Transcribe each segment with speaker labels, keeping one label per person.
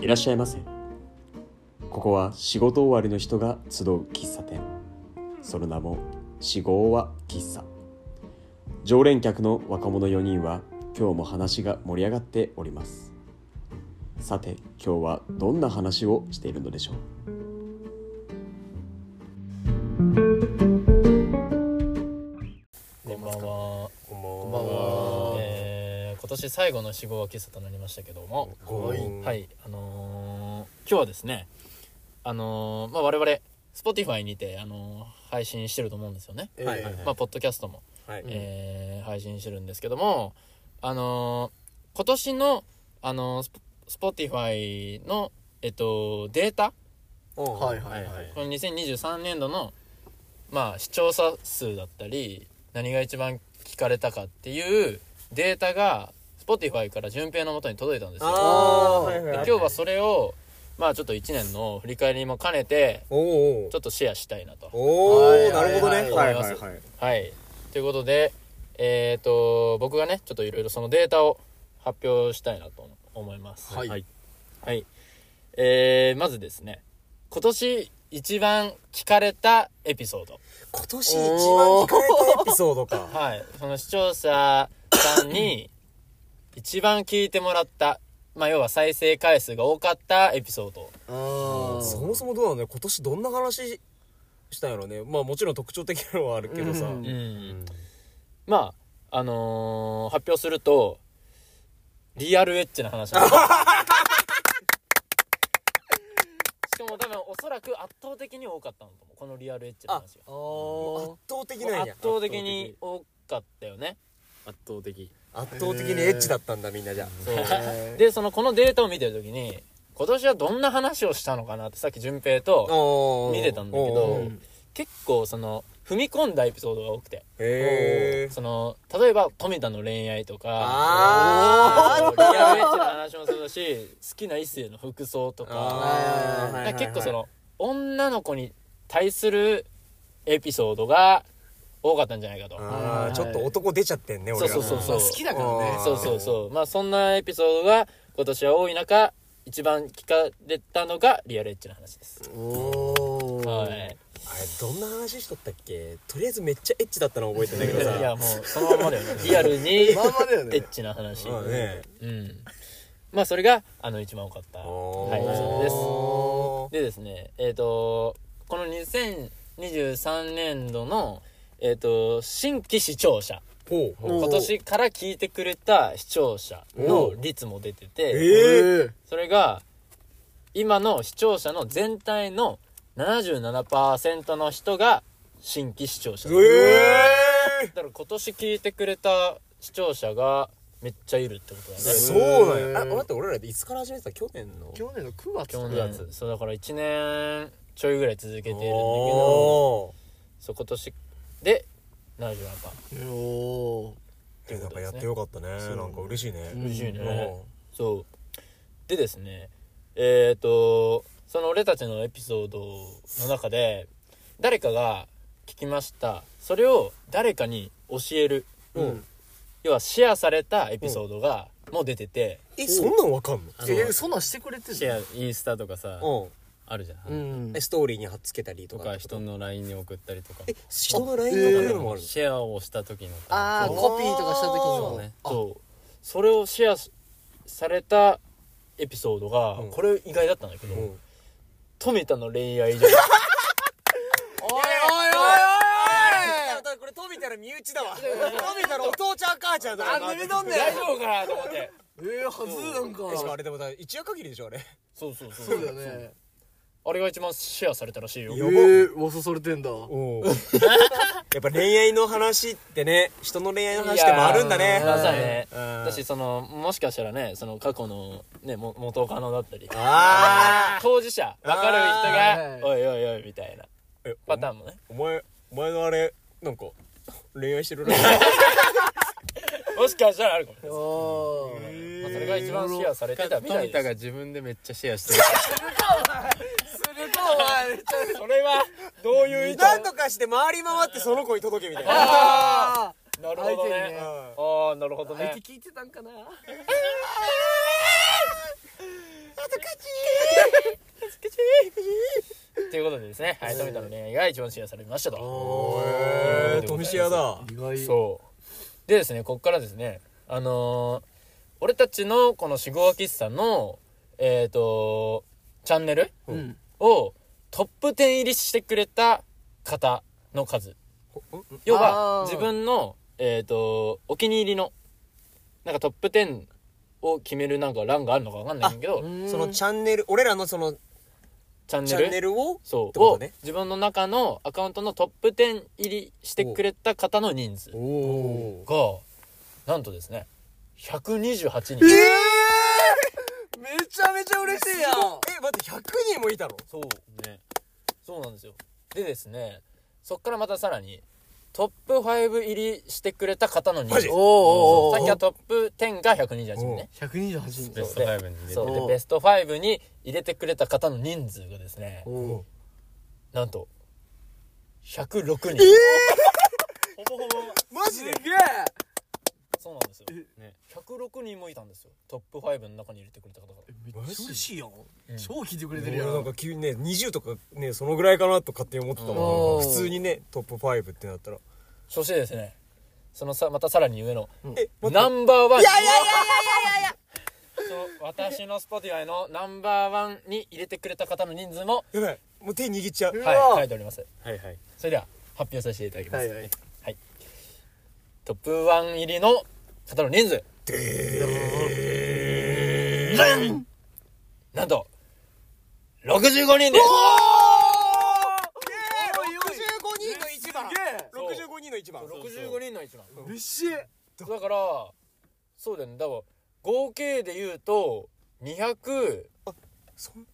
Speaker 1: いらっしゃいませここは仕事終わりの人が集う喫茶店その名も四号は喫茶常連客の若者4人は今日も話が盛り上がっておりますさて今日はどんな話をしているのでしょう
Speaker 2: こんばんは。
Speaker 3: こん
Speaker 2: こえー今年最後の四号は喫茶となりましたけども、
Speaker 3: はい
Speaker 2: はい、あのー今日はですね、あのーまあ我々 Spotify にてあのー配信してると思うんですよね。
Speaker 3: えーはいはい
Speaker 2: まあポッドキャストも、
Speaker 3: はい
Speaker 2: えー配信してるんですけども、あのー今年のあのースポ Spotify のえっとデータ、
Speaker 3: はいはいはい
Speaker 2: この2023年度の、まあ、視聴者数だったり何が一番聞かれたかっていうデータが Spotify から順平のもとに届いたんですよ。
Speaker 3: あ
Speaker 4: は
Speaker 3: ー
Speaker 4: い
Speaker 2: で
Speaker 4: はい
Speaker 2: 今日はそれを、まあ、ちょっと1年の振り返りも兼ねて
Speaker 4: おお
Speaker 2: ちょっとシェアしたいなと。
Speaker 4: お
Speaker 3: はい
Speaker 4: おなるほどね
Speaker 2: はいはいははい、ということで、えー、と僕がねちょっといろいろそのデータを発表したいなと思います。
Speaker 3: はい
Speaker 2: はいはいえー、まずですね今年一番聞かれたエピソード。
Speaker 4: 今年一番聞かれたエピソードか
Speaker 2: はい、その視聴者さんに一番聞いてもらった、まあ、要は再生回数が多かったエピソード。
Speaker 3: あ
Speaker 4: そもそもどうなのね今年どんな話したんやろねまあもちろん特徴的なのはあるけどさ
Speaker 3: うん
Speaker 2: うんまあ、あのー発表すると、リアルエッチな話なんですしかも多分おそらく圧倒的に多かったのと思うこのリアルエッチの話が
Speaker 4: 圧倒的なん
Speaker 2: 圧
Speaker 4: や
Speaker 2: 倒的に多かったよね
Speaker 3: 圧倒的
Speaker 4: 圧倒的にエッチだったんだみんなじゃ
Speaker 2: そうでそのこのデータを見てる時に今年はどんな話をしたのかなってさっき順平と
Speaker 4: あ
Speaker 2: 見てたんだけど結構その踏み込んだエピソードが多くて
Speaker 4: へえ
Speaker 2: その例えば富田の恋愛とか
Speaker 4: あー
Speaker 2: リアルエッチな話もそうだし好きな異性の服装とか
Speaker 4: あー
Speaker 2: だから結構その女の子に対するエピソードが多かったんじゃないかと
Speaker 4: あーちょっと男出ちゃってんね俺ら
Speaker 2: そうそうそうそう
Speaker 3: 好きだからね
Speaker 4: あー
Speaker 2: そうそうそうまあそんなエピソードが今年は多い中一番聞かれたのがリアルエッチな話です
Speaker 4: おー
Speaker 2: はい
Speaker 4: あれどんな話しとったっけとりあえずめっちゃエッチだったの覚えてんだけど
Speaker 2: いや
Speaker 4: さ
Speaker 2: もうそのまんまだよねリアルにエ
Speaker 3: まあまあだよね
Speaker 2: ッチな話
Speaker 4: まあね
Speaker 2: うんまあそれがあの一番多かった
Speaker 4: おー
Speaker 2: はいそうですでですねえっ、とこの2023年度のえっ、と新規視聴者
Speaker 4: ほう
Speaker 2: 今年から聞いてくれた視聴者の率も出てて
Speaker 4: えー
Speaker 2: それが今の視聴者の全体の77%の人が新規視聴者
Speaker 4: え
Speaker 2: だ
Speaker 4: え
Speaker 2: から今年聞いてくれた視聴者がめっちゃいるってことだね
Speaker 4: そうなんやあ待って俺らいつから始めてた去年の
Speaker 3: 去年の9月
Speaker 2: 去
Speaker 3: とか
Speaker 2: 年そうだから1年ちょいぐらい続けているんだけど
Speaker 4: お
Speaker 2: そう今年で77%
Speaker 3: おー
Speaker 4: ーやっぱやってよかったね
Speaker 2: そう
Speaker 4: なんか嬉しいね
Speaker 3: うん
Speaker 2: 嬉しい
Speaker 4: うん
Speaker 2: ねそうでですねえっ、とその俺たちのエピソードの中で誰かが聞きましたそれを誰かに教える、
Speaker 4: うん
Speaker 2: 要はシェアされたエピソードがもう出てて、
Speaker 4: えそんなんわかんの
Speaker 3: いやいやそんなんしてくれてる
Speaker 5: シェアインスタとかさ
Speaker 4: うん
Speaker 5: あるじゃん、
Speaker 3: うん
Speaker 4: えストーリーに貼っつけたりと
Speaker 5: と
Speaker 4: かっ
Speaker 5: か
Speaker 4: てこと
Speaker 5: 人の LINE に送ったりとか
Speaker 4: え人の LINE とかでもある
Speaker 5: シェアをした時の
Speaker 3: ああ
Speaker 4: ー
Speaker 3: コピーとかした時
Speaker 5: そう
Speaker 3: の
Speaker 5: ね
Speaker 2: そうそれをシェアしされたエピソードが、
Speaker 4: うん
Speaker 2: これ意外だったんだけど、
Speaker 4: のうん
Speaker 2: 富田の恋愛じゃん
Speaker 4: おいおいおいおいこれ飛びたら身内 だわ飛びたらお父ちゃん母ちゃんだわ
Speaker 3: なんで見とんねん
Speaker 2: 大丈夫かなと思って
Speaker 3: ええはずなん
Speaker 4: えしかもあ
Speaker 3: か
Speaker 4: れでもだ一夜限りでしょあれ
Speaker 2: そうそうそう
Speaker 3: そうだよね
Speaker 2: あれが一番シェアされたらしいよ
Speaker 4: い
Speaker 3: え
Speaker 4: や
Speaker 3: え
Speaker 4: ば
Speaker 3: 噂されてんだ
Speaker 4: お やっぱ恋愛の話ってね人の恋愛の話ってもあるんだね
Speaker 2: いやーまさにね
Speaker 4: うん
Speaker 2: だしそのもしかしたらねその過去の、ね、も元カノだったり
Speaker 4: ああ
Speaker 2: 当事者分かる
Speaker 3: あー
Speaker 2: 人が「おいおいおい」みたいなパターンもね
Speaker 4: お前お前のあれなんか恋愛してるらしい
Speaker 2: もしかしたらあるかもしれない
Speaker 3: おー
Speaker 2: まあそれが一番シェアされてたみたい
Speaker 5: 富
Speaker 2: で
Speaker 5: 田
Speaker 2: す
Speaker 5: が自分でめっちゃシェアしてる
Speaker 2: それはどういう意図
Speaker 4: なんとかして回り回ってその子に届けみたいな
Speaker 2: ああなるほ
Speaker 3: 相
Speaker 2: ど
Speaker 3: 手に
Speaker 2: ね
Speaker 3: ね
Speaker 2: ああなるほど
Speaker 3: 相
Speaker 2: ね
Speaker 3: 手聞いてたんかな
Speaker 2: ということでですね、はい、富田の恋愛が一番シェアされましたと。
Speaker 4: えー、富士屋だ
Speaker 3: 意外
Speaker 2: そう。でですね、ここからですね、あのー俺たちのこのしごわ喫茶の、えっ、と、チャンネル
Speaker 3: ん
Speaker 2: をトップ10入りしてくれた方の数。要は、
Speaker 6: あー
Speaker 2: 自分の、えっ、と、お気に入りの、なんかトップ10を決めるなんか欄があるのかわかんないんだけど、
Speaker 6: そのチャンネル俺らのその
Speaker 2: チャン
Speaker 6: チャ
Speaker 2: ネル
Speaker 6: ンネルを
Speaker 2: そ
Speaker 6: っ
Speaker 2: う、
Speaker 6: てこと
Speaker 2: を
Speaker 6: ね
Speaker 2: 自分の中のアカウントのトップ10入りしてくれた方の人数が
Speaker 6: お
Speaker 2: なんとですね128人、
Speaker 3: めちゃめちゃ嬉しいやん
Speaker 6: え待って100人もいたの
Speaker 2: そうねそうなんですよでですねそっからまたさらにトップ5入りしてくれた方の人数
Speaker 3: おーおーおー
Speaker 2: さっきはトップ10が128人ね
Speaker 3: 128人
Speaker 7: ベスト5に入れ
Speaker 2: そう
Speaker 7: て
Speaker 2: でベスト5に入れてくれた方の人数がですね
Speaker 3: お
Speaker 2: なんと106人、
Speaker 6: マジで
Speaker 2: そうなんですよ、ね、106人もいたんですよトップ5の中に入れてくれた方が
Speaker 3: めっちゃ嬉しいやん
Speaker 2: ん
Speaker 3: 超聞いてくれてる
Speaker 4: 俺
Speaker 3: やん
Speaker 4: なんか急にね20とかねそのぐらいかなと勝手に思ってたもん
Speaker 3: うん
Speaker 4: 普通にねトップ5ってなったら
Speaker 2: そしてですねそのさまたさらに上の
Speaker 4: え待って
Speaker 2: ナンバーワンいやいやいやいやいやいや私の Spotify のナンバーワンに入れてくれた方の人数も、
Speaker 4: やばいもう手握っちゃう
Speaker 2: はい、書いております
Speaker 7: はいはい
Speaker 2: それでは発表させていただきます、
Speaker 3: はいはい
Speaker 2: トップ1入りの方の人数なんと65人です
Speaker 6: 65人の一番65人の一番
Speaker 2: 65人の一番
Speaker 3: 嬉しい
Speaker 2: だからそうだよねだから合計で言うと290
Speaker 4: そん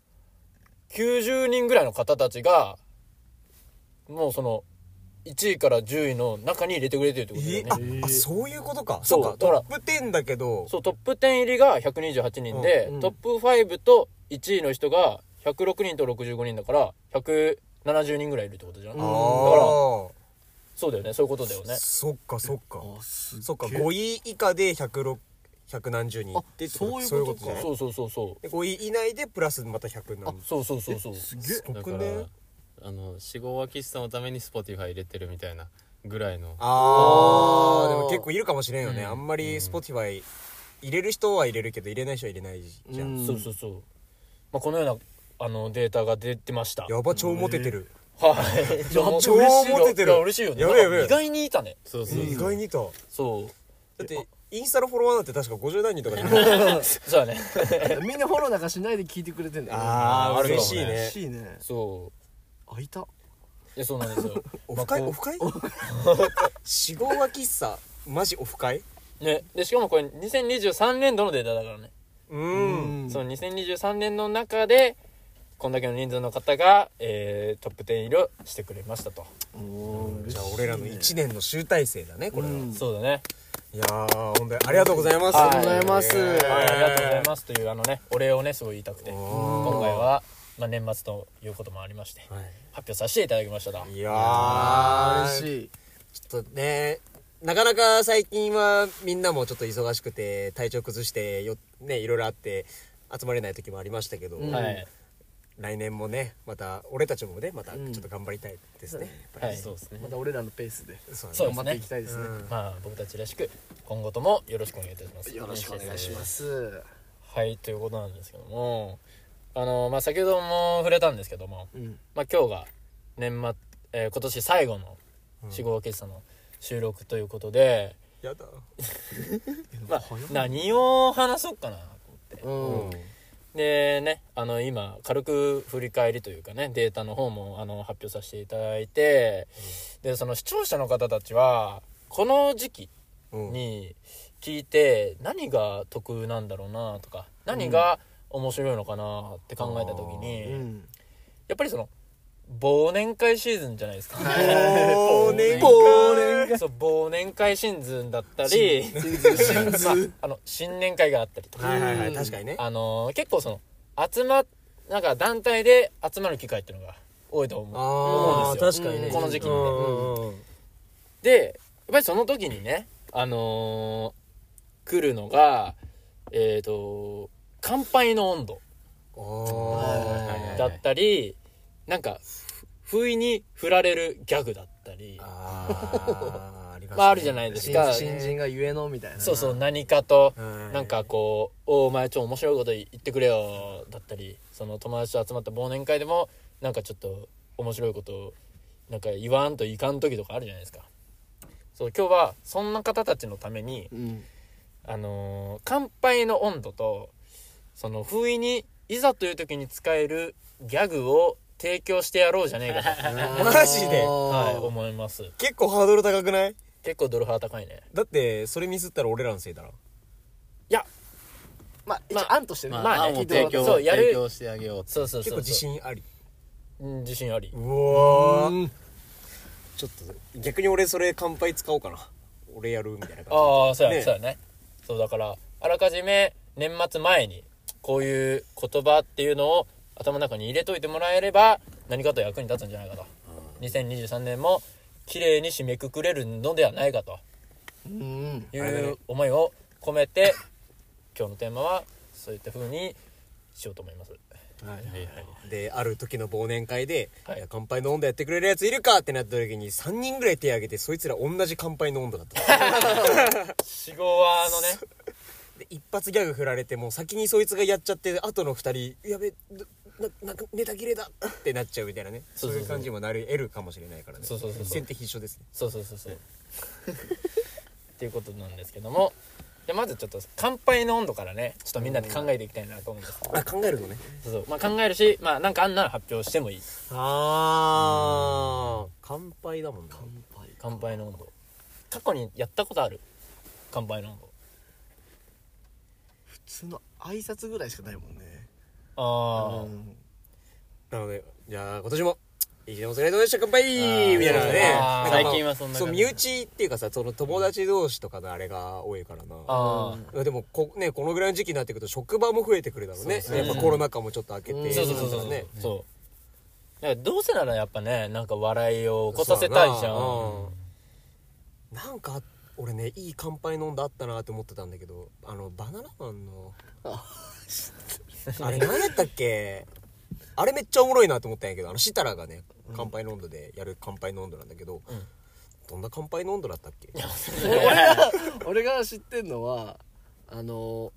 Speaker 2: 人ぐらいの方たちがもうその1位から10位の中に入れてくれてるってことだ
Speaker 4: え
Speaker 2: よね
Speaker 4: ああそういうことか
Speaker 2: そ
Speaker 4: そううか
Speaker 2: だ
Speaker 4: ト
Speaker 2: から
Speaker 4: ップ10だけど
Speaker 2: そうトップ10入りが128人で、
Speaker 3: うん
Speaker 2: トップ5と1位の人が106人と65人だから170人ぐらいいるってことじゃん、
Speaker 3: うん
Speaker 4: あ
Speaker 2: だ
Speaker 4: あ
Speaker 2: からそうだよねそういうことだよね
Speaker 4: そっかそっか
Speaker 3: す
Speaker 4: そっか
Speaker 3: げえ
Speaker 4: 5位以下で106 100何十人って
Speaker 3: あそういうことか
Speaker 4: じゃない
Speaker 2: そうそうそうそう
Speaker 4: で5位以内でプラスまた100何
Speaker 2: そうそうそうそう
Speaker 4: すご
Speaker 7: だか
Speaker 4: く
Speaker 7: ら
Speaker 4: ね
Speaker 7: あの四五は喫茶のために Spotify 入れてるみたいなぐらいの
Speaker 4: あ
Speaker 3: あー
Speaker 4: ーでも結構いるかもしれんよね、
Speaker 2: うん
Speaker 4: あんまり Spotify 入れる人は入れるけど入れない人は入れないじゃん、
Speaker 2: そうそうそう、まあ、このようなあのデータが出てました
Speaker 4: やば超モテてる、
Speaker 2: はい
Speaker 4: や超モテてる
Speaker 2: いや嬉しいよね
Speaker 4: やべえやべえ
Speaker 2: なんか意外にいたね
Speaker 7: そうそう
Speaker 4: えー意外にいただ
Speaker 2: そう
Speaker 4: ってインスタのフォロワーなんて確か50何人とかじゃない
Speaker 2: そうだね
Speaker 3: みんなフォローなんかしないで聞いてくれてんだよ
Speaker 4: あー嬉しい
Speaker 3: 嬉
Speaker 4: ね
Speaker 3: しいね
Speaker 2: そ
Speaker 3: あいた
Speaker 2: ういやそうなんですよ
Speaker 4: オフ会
Speaker 2: まあ
Speaker 4: オフ会四号は喫茶マジオフ会
Speaker 2: ねでしかもこれ2023年度のデータだからね、
Speaker 4: うん
Speaker 2: その2023年の中でこんだけの人数の方が、えートップ10入りをしてくれましたと、
Speaker 4: じゃあ俺らの1年の集大成だねこれは、
Speaker 3: うん
Speaker 2: そうだね
Speaker 4: いやー本当にありがとうございます
Speaker 2: ありがとうござい
Speaker 3: ます
Speaker 2: はい、ありがとうございますというあのねお礼をねすごい言いたくて今回は、まあ、年末ということもありまして、
Speaker 4: はい
Speaker 2: 発表させていただきましたと
Speaker 4: いやー
Speaker 3: 嬉しい
Speaker 4: ちょっとね、なかなか最近はみんなもちょっと忙しくて、体調崩してよ、ね、いろいろあって、集まれない時もありましたけど、
Speaker 2: はい、
Speaker 4: 来年もね、また、俺たちもね、またちょっと頑張りたいですね。やっぱ
Speaker 2: は
Speaker 4: り
Speaker 2: い、
Speaker 7: そうですね
Speaker 3: また俺らのペースで
Speaker 4: そうだ
Speaker 2: そう
Speaker 4: ね
Speaker 2: です
Speaker 3: 頑張って
Speaker 2: ね
Speaker 3: いきたいですね
Speaker 2: まあ僕たちらしく今後ともよろしくお願いいたします
Speaker 3: よろしくお願いします
Speaker 2: はいということなんですけどもあのまあ先ほども触れたんですけども、
Speaker 3: うん
Speaker 2: まあ今日が年末、えー今年最後の四号決算の収録ということで、
Speaker 4: やだ。
Speaker 2: まあ何を話そうかなと思って
Speaker 3: うん
Speaker 2: でねあの今軽く振り返りというかねデータの方もあの発表させていただいて、でその視聴者の方たちはこの時期に聞いて何が得なんだろうなとか何が面白いのかなって考えた時に、
Speaker 3: うん
Speaker 2: やっぱりその忘年会シーズンじゃないですか
Speaker 4: 忘年会
Speaker 2: そう忘年会シーズンだったり、 まあ、あの新年会があったりとか、
Speaker 4: はいはいはい、確かにね。
Speaker 2: あのー結構その集まっなんか団体で集まる機会っていうのが多いと思う思
Speaker 4: あ
Speaker 2: うん
Speaker 4: ー、
Speaker 2: です
Speaker 4: 確
Speaker 2: よ
Speaker 4: かにね。
Speaker 2: この時期にね、
Speaker 4: うんうん
Speaker 2: でやっぱりその時にねあのー来るのがえっ、と乾杯の温度
Speaker 4: あ
Speaker 7: はいはいはい
Speaker 2: だったりなんかふ不意に振られるギャグだったり
Speaker 4: あありますね
Speaker 2: まああるじゃないですか
Speaker 3: 新人がゆえのみたいな
Speaker 2: そうそう何かと
Speaker 4: はい
Speaker 2: なんかこう「おお前ちょ面白いこと言ってくれよ」だったりその友達と集まった忘年会でもなんかちょっと面白いことをなんか言わんといかん時とかあるじゃないですかそう今日はそんな方たちのために
Speaker 3: うん
Speaker 2: あのー乾杯の温度とその不意にいざという時に使えるギャグを提供してやろうじゃねえか と、
Speaker 4: マジで
Speaker 2: はい、思います
Speaker 4: 結構ハードル高くない
Speaker 2: 結構ドルハー高いね
Speaker 4: だってそれミスったら俺らのせいだろ
Speaker 3: まあ一
Speaker 2: ま
Speaker 3: 応
Speaker 2: あ
Speaker 3: 案としてね
Speaker 7: まあ、
Speaker 2: まあね
Speaker 7: 案を提供
Speaker 2: そうやる
Speaker 7: 提供してあげよう
Speaker 2: そうそうそうそ
Speaker 4: 結
Speaker 2: う
Speaker 4: 構自信あり
Speaker 2: うん自信あり
Speaker 4: うわーちょっと逆に俺それ乾杯使おうかな俺やるみたいな感
Speaker 2: ああそうや、
Speaker 4: ね
Speaker 2: そうやねそうだからあらかじめ年末前にこういう言葉っていうのを頭の中に入れといてもらえれば何かと役に立つんじゃないかと2023年も綺麗に締めくくれるのではないかと
Speaker 3: うん
Speaker 2: い
Speaker 4: あれだ
Speaker 2: う
Speaker 4: ね
Speaker 2: 思いを込めて今日のテーマはそういった風にしようと思います
Speaker 4: じである時の忘年会で「
Speaker 2: はい
Speaker 4: いや乾杯の温度やってくれるやついるか!」ってなった時に3人ぐらい手挙げてそいつら同じ乾杯の温度だった
Speaker 2: 死後はあのね
Speaker 4: で一発ギャグ振られてもう先にそいつがやっちゃって後の二人「やべどななんかネタ切れだ」ってなっちゃうみたいなね
Speaker 2: そ
Speaker 4: そうう
Speaker 2: そうそう
Speaker 4: いう感じもなり得るかもしれないからね
Speaker 2: そうそうそうそう
Speaker 4: 先手必勝ですね
Speaker 2: そうそうそうそうっていうことなんですけどもじゃあまずちょっと乾杯の温度からねちょっとみんなで考えていきたいなと思うんです
Speaker 4: あ考えるのね
Speaker 2: そうそうまあ考えるしまあなんかあんなら発表してもいい
Speaker 4: ああ乾杯だもんね
Speaker 2: 乾杯の温度過去にやったことある乾杯の温度
Speaker 3: 普通の挨拶ぐらいしかないもんね
Speaker 2: ああ、
Speaker 3: うん
Speaker 4: なのでじゃあ今年も一年お疲れ様でした乾杯みたいなね
Speaker 2: あー
Speaker 4: なんかま
Speaker 2: 最
Speaker 4: あ
Speaker 2: 近はそんな
Speaker 4: そう
Speaker 2: 感じ
Speaker 4: 身内っていうかさその友達同士とかのあれが多いからな
Speaker 2: あ
Speaker 4: いやでもこ,、ね、このぐらいの時期になってくると職場も増えてくるだろうね
Speaker 2: う
Speaker 4: やっぱコロナ禍もちょっと明けて、
Speaker 2: あそうそうそうそうそう、
Speaker 4: ね
Speaker 2: そうだからどうせならやっぱねなんか笑いを起こさせたい じゃん
Speaker 4: そうだなうんなんか俺ねいい乾杯飲んだあったなって思ってたんだけどあのバナナマンのあれ何やったっけあれめっちゃおもろいなと思ったんやけどあのシタラがね乾杯飲んどでやる乾杯飲んどなんだけど、どんな乾杯飲んどだったっけ
Speaker 3: 俺が知ってんのはあの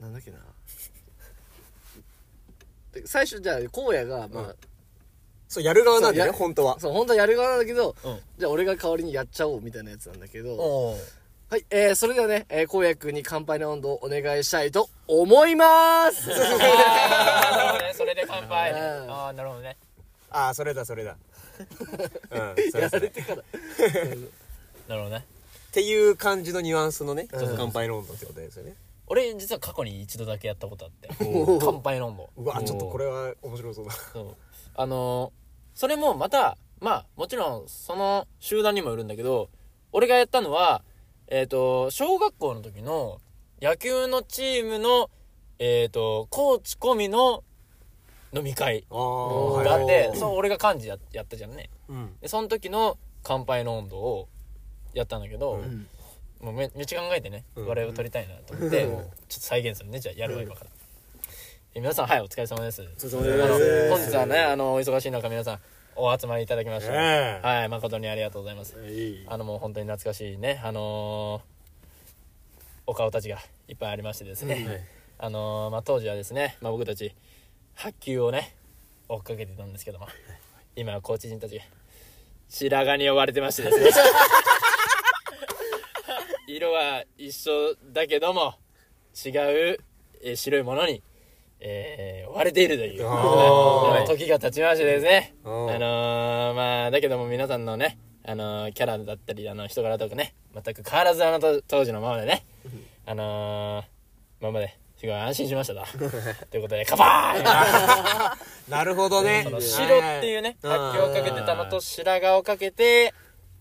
Speaker 3: なんだっけなで最初じゃあ荒野がまあ、
Speaker 4: そうやる側なんだよね
Speaker 3: そうや
Speaker 4: 本当は
Speaker 3: そう本当はやる側なんだけど、
Speaker 2: うん
Speaker 3: じゃあ俺が代わりにやっちゃおうみたいなやつなんだけど、
Speaker 2: おー
Speaker 3: はい、えー、それではね、えー、荒野くんに乾杯の温度をお願いしたいと思い ます
Speaker 2: あーなる ほどねそれで乾杯
Speaker 3: うん
Speaker 2: ああなるほどね
Speaker 4: ああそれだそれだうんそれ
Speaker 3: や
Speaker 4: そ
Speaker 3: ら
Speaker 4: れ
Speaker 3: れ
Speaker 4: って
Speaker 3: から
Speaker 2: なるほどね
Speaker 4: ていう感じのニュアンスのね乾杯飲んどってことですよね
Speaker 2: 俺実は過去に一度だけやったことあって
Speaker 3: おー
Speaker 2: 乾杯飲んぼ
Speaker 4: うわちょっとこれは面白そうだ
Speaker 2: そうあのーそれもまたまあもちろんその集団にもよるんだけど俺がやったのはえっ、と小学校の時の野球のチームのえっ、とコーチ込みの飲み会
Speaker 4: ああ
Speaker 2: があってそう俺が幹事ややったじゃんね
Speaker 4: うん
Speaker 2: でその時の乾杯の温度をやったんだけど、もうめめっちゃ考えてね、
Speaker 4: うん
Speaker 2: 笑いを取りたいなと思って、ちょっと再現するねじゃあやるわ今から、え皆さんはいお疲れ様ですあの本日はねあのお忙しい中皆さんお集まりいただきまして、
Speaker 4: ねえ
Speaker 2: はい誠にありがとうございますあのもう本当に懐かしいねあのーお顔たちがいっぱいありましてですね、あのーまあ、当時はですね、まあ、僕たち白球をね追っかけてたんですけども今はコーチ陣たちが白髪に追われてましてですね 色は一緒だけども違う、えー白いものに、えー追われているという、
Speaker 4: あー
Speaker 2: あの時が経ちましてですねあ
Speaker 4: うん
Speaker 2: のーまあだけども皆さんのねあのーキャラだったりあの人柄とかね全く変わらずあのと当時のままでねあのー、ままですごい安心しましたと ということでカバーン
Speaker 4: なるほどね
Speaker 2: その白っていうね
Speaker 4: はい
Speaker 2: 白球をかけてたのと白髪をかけて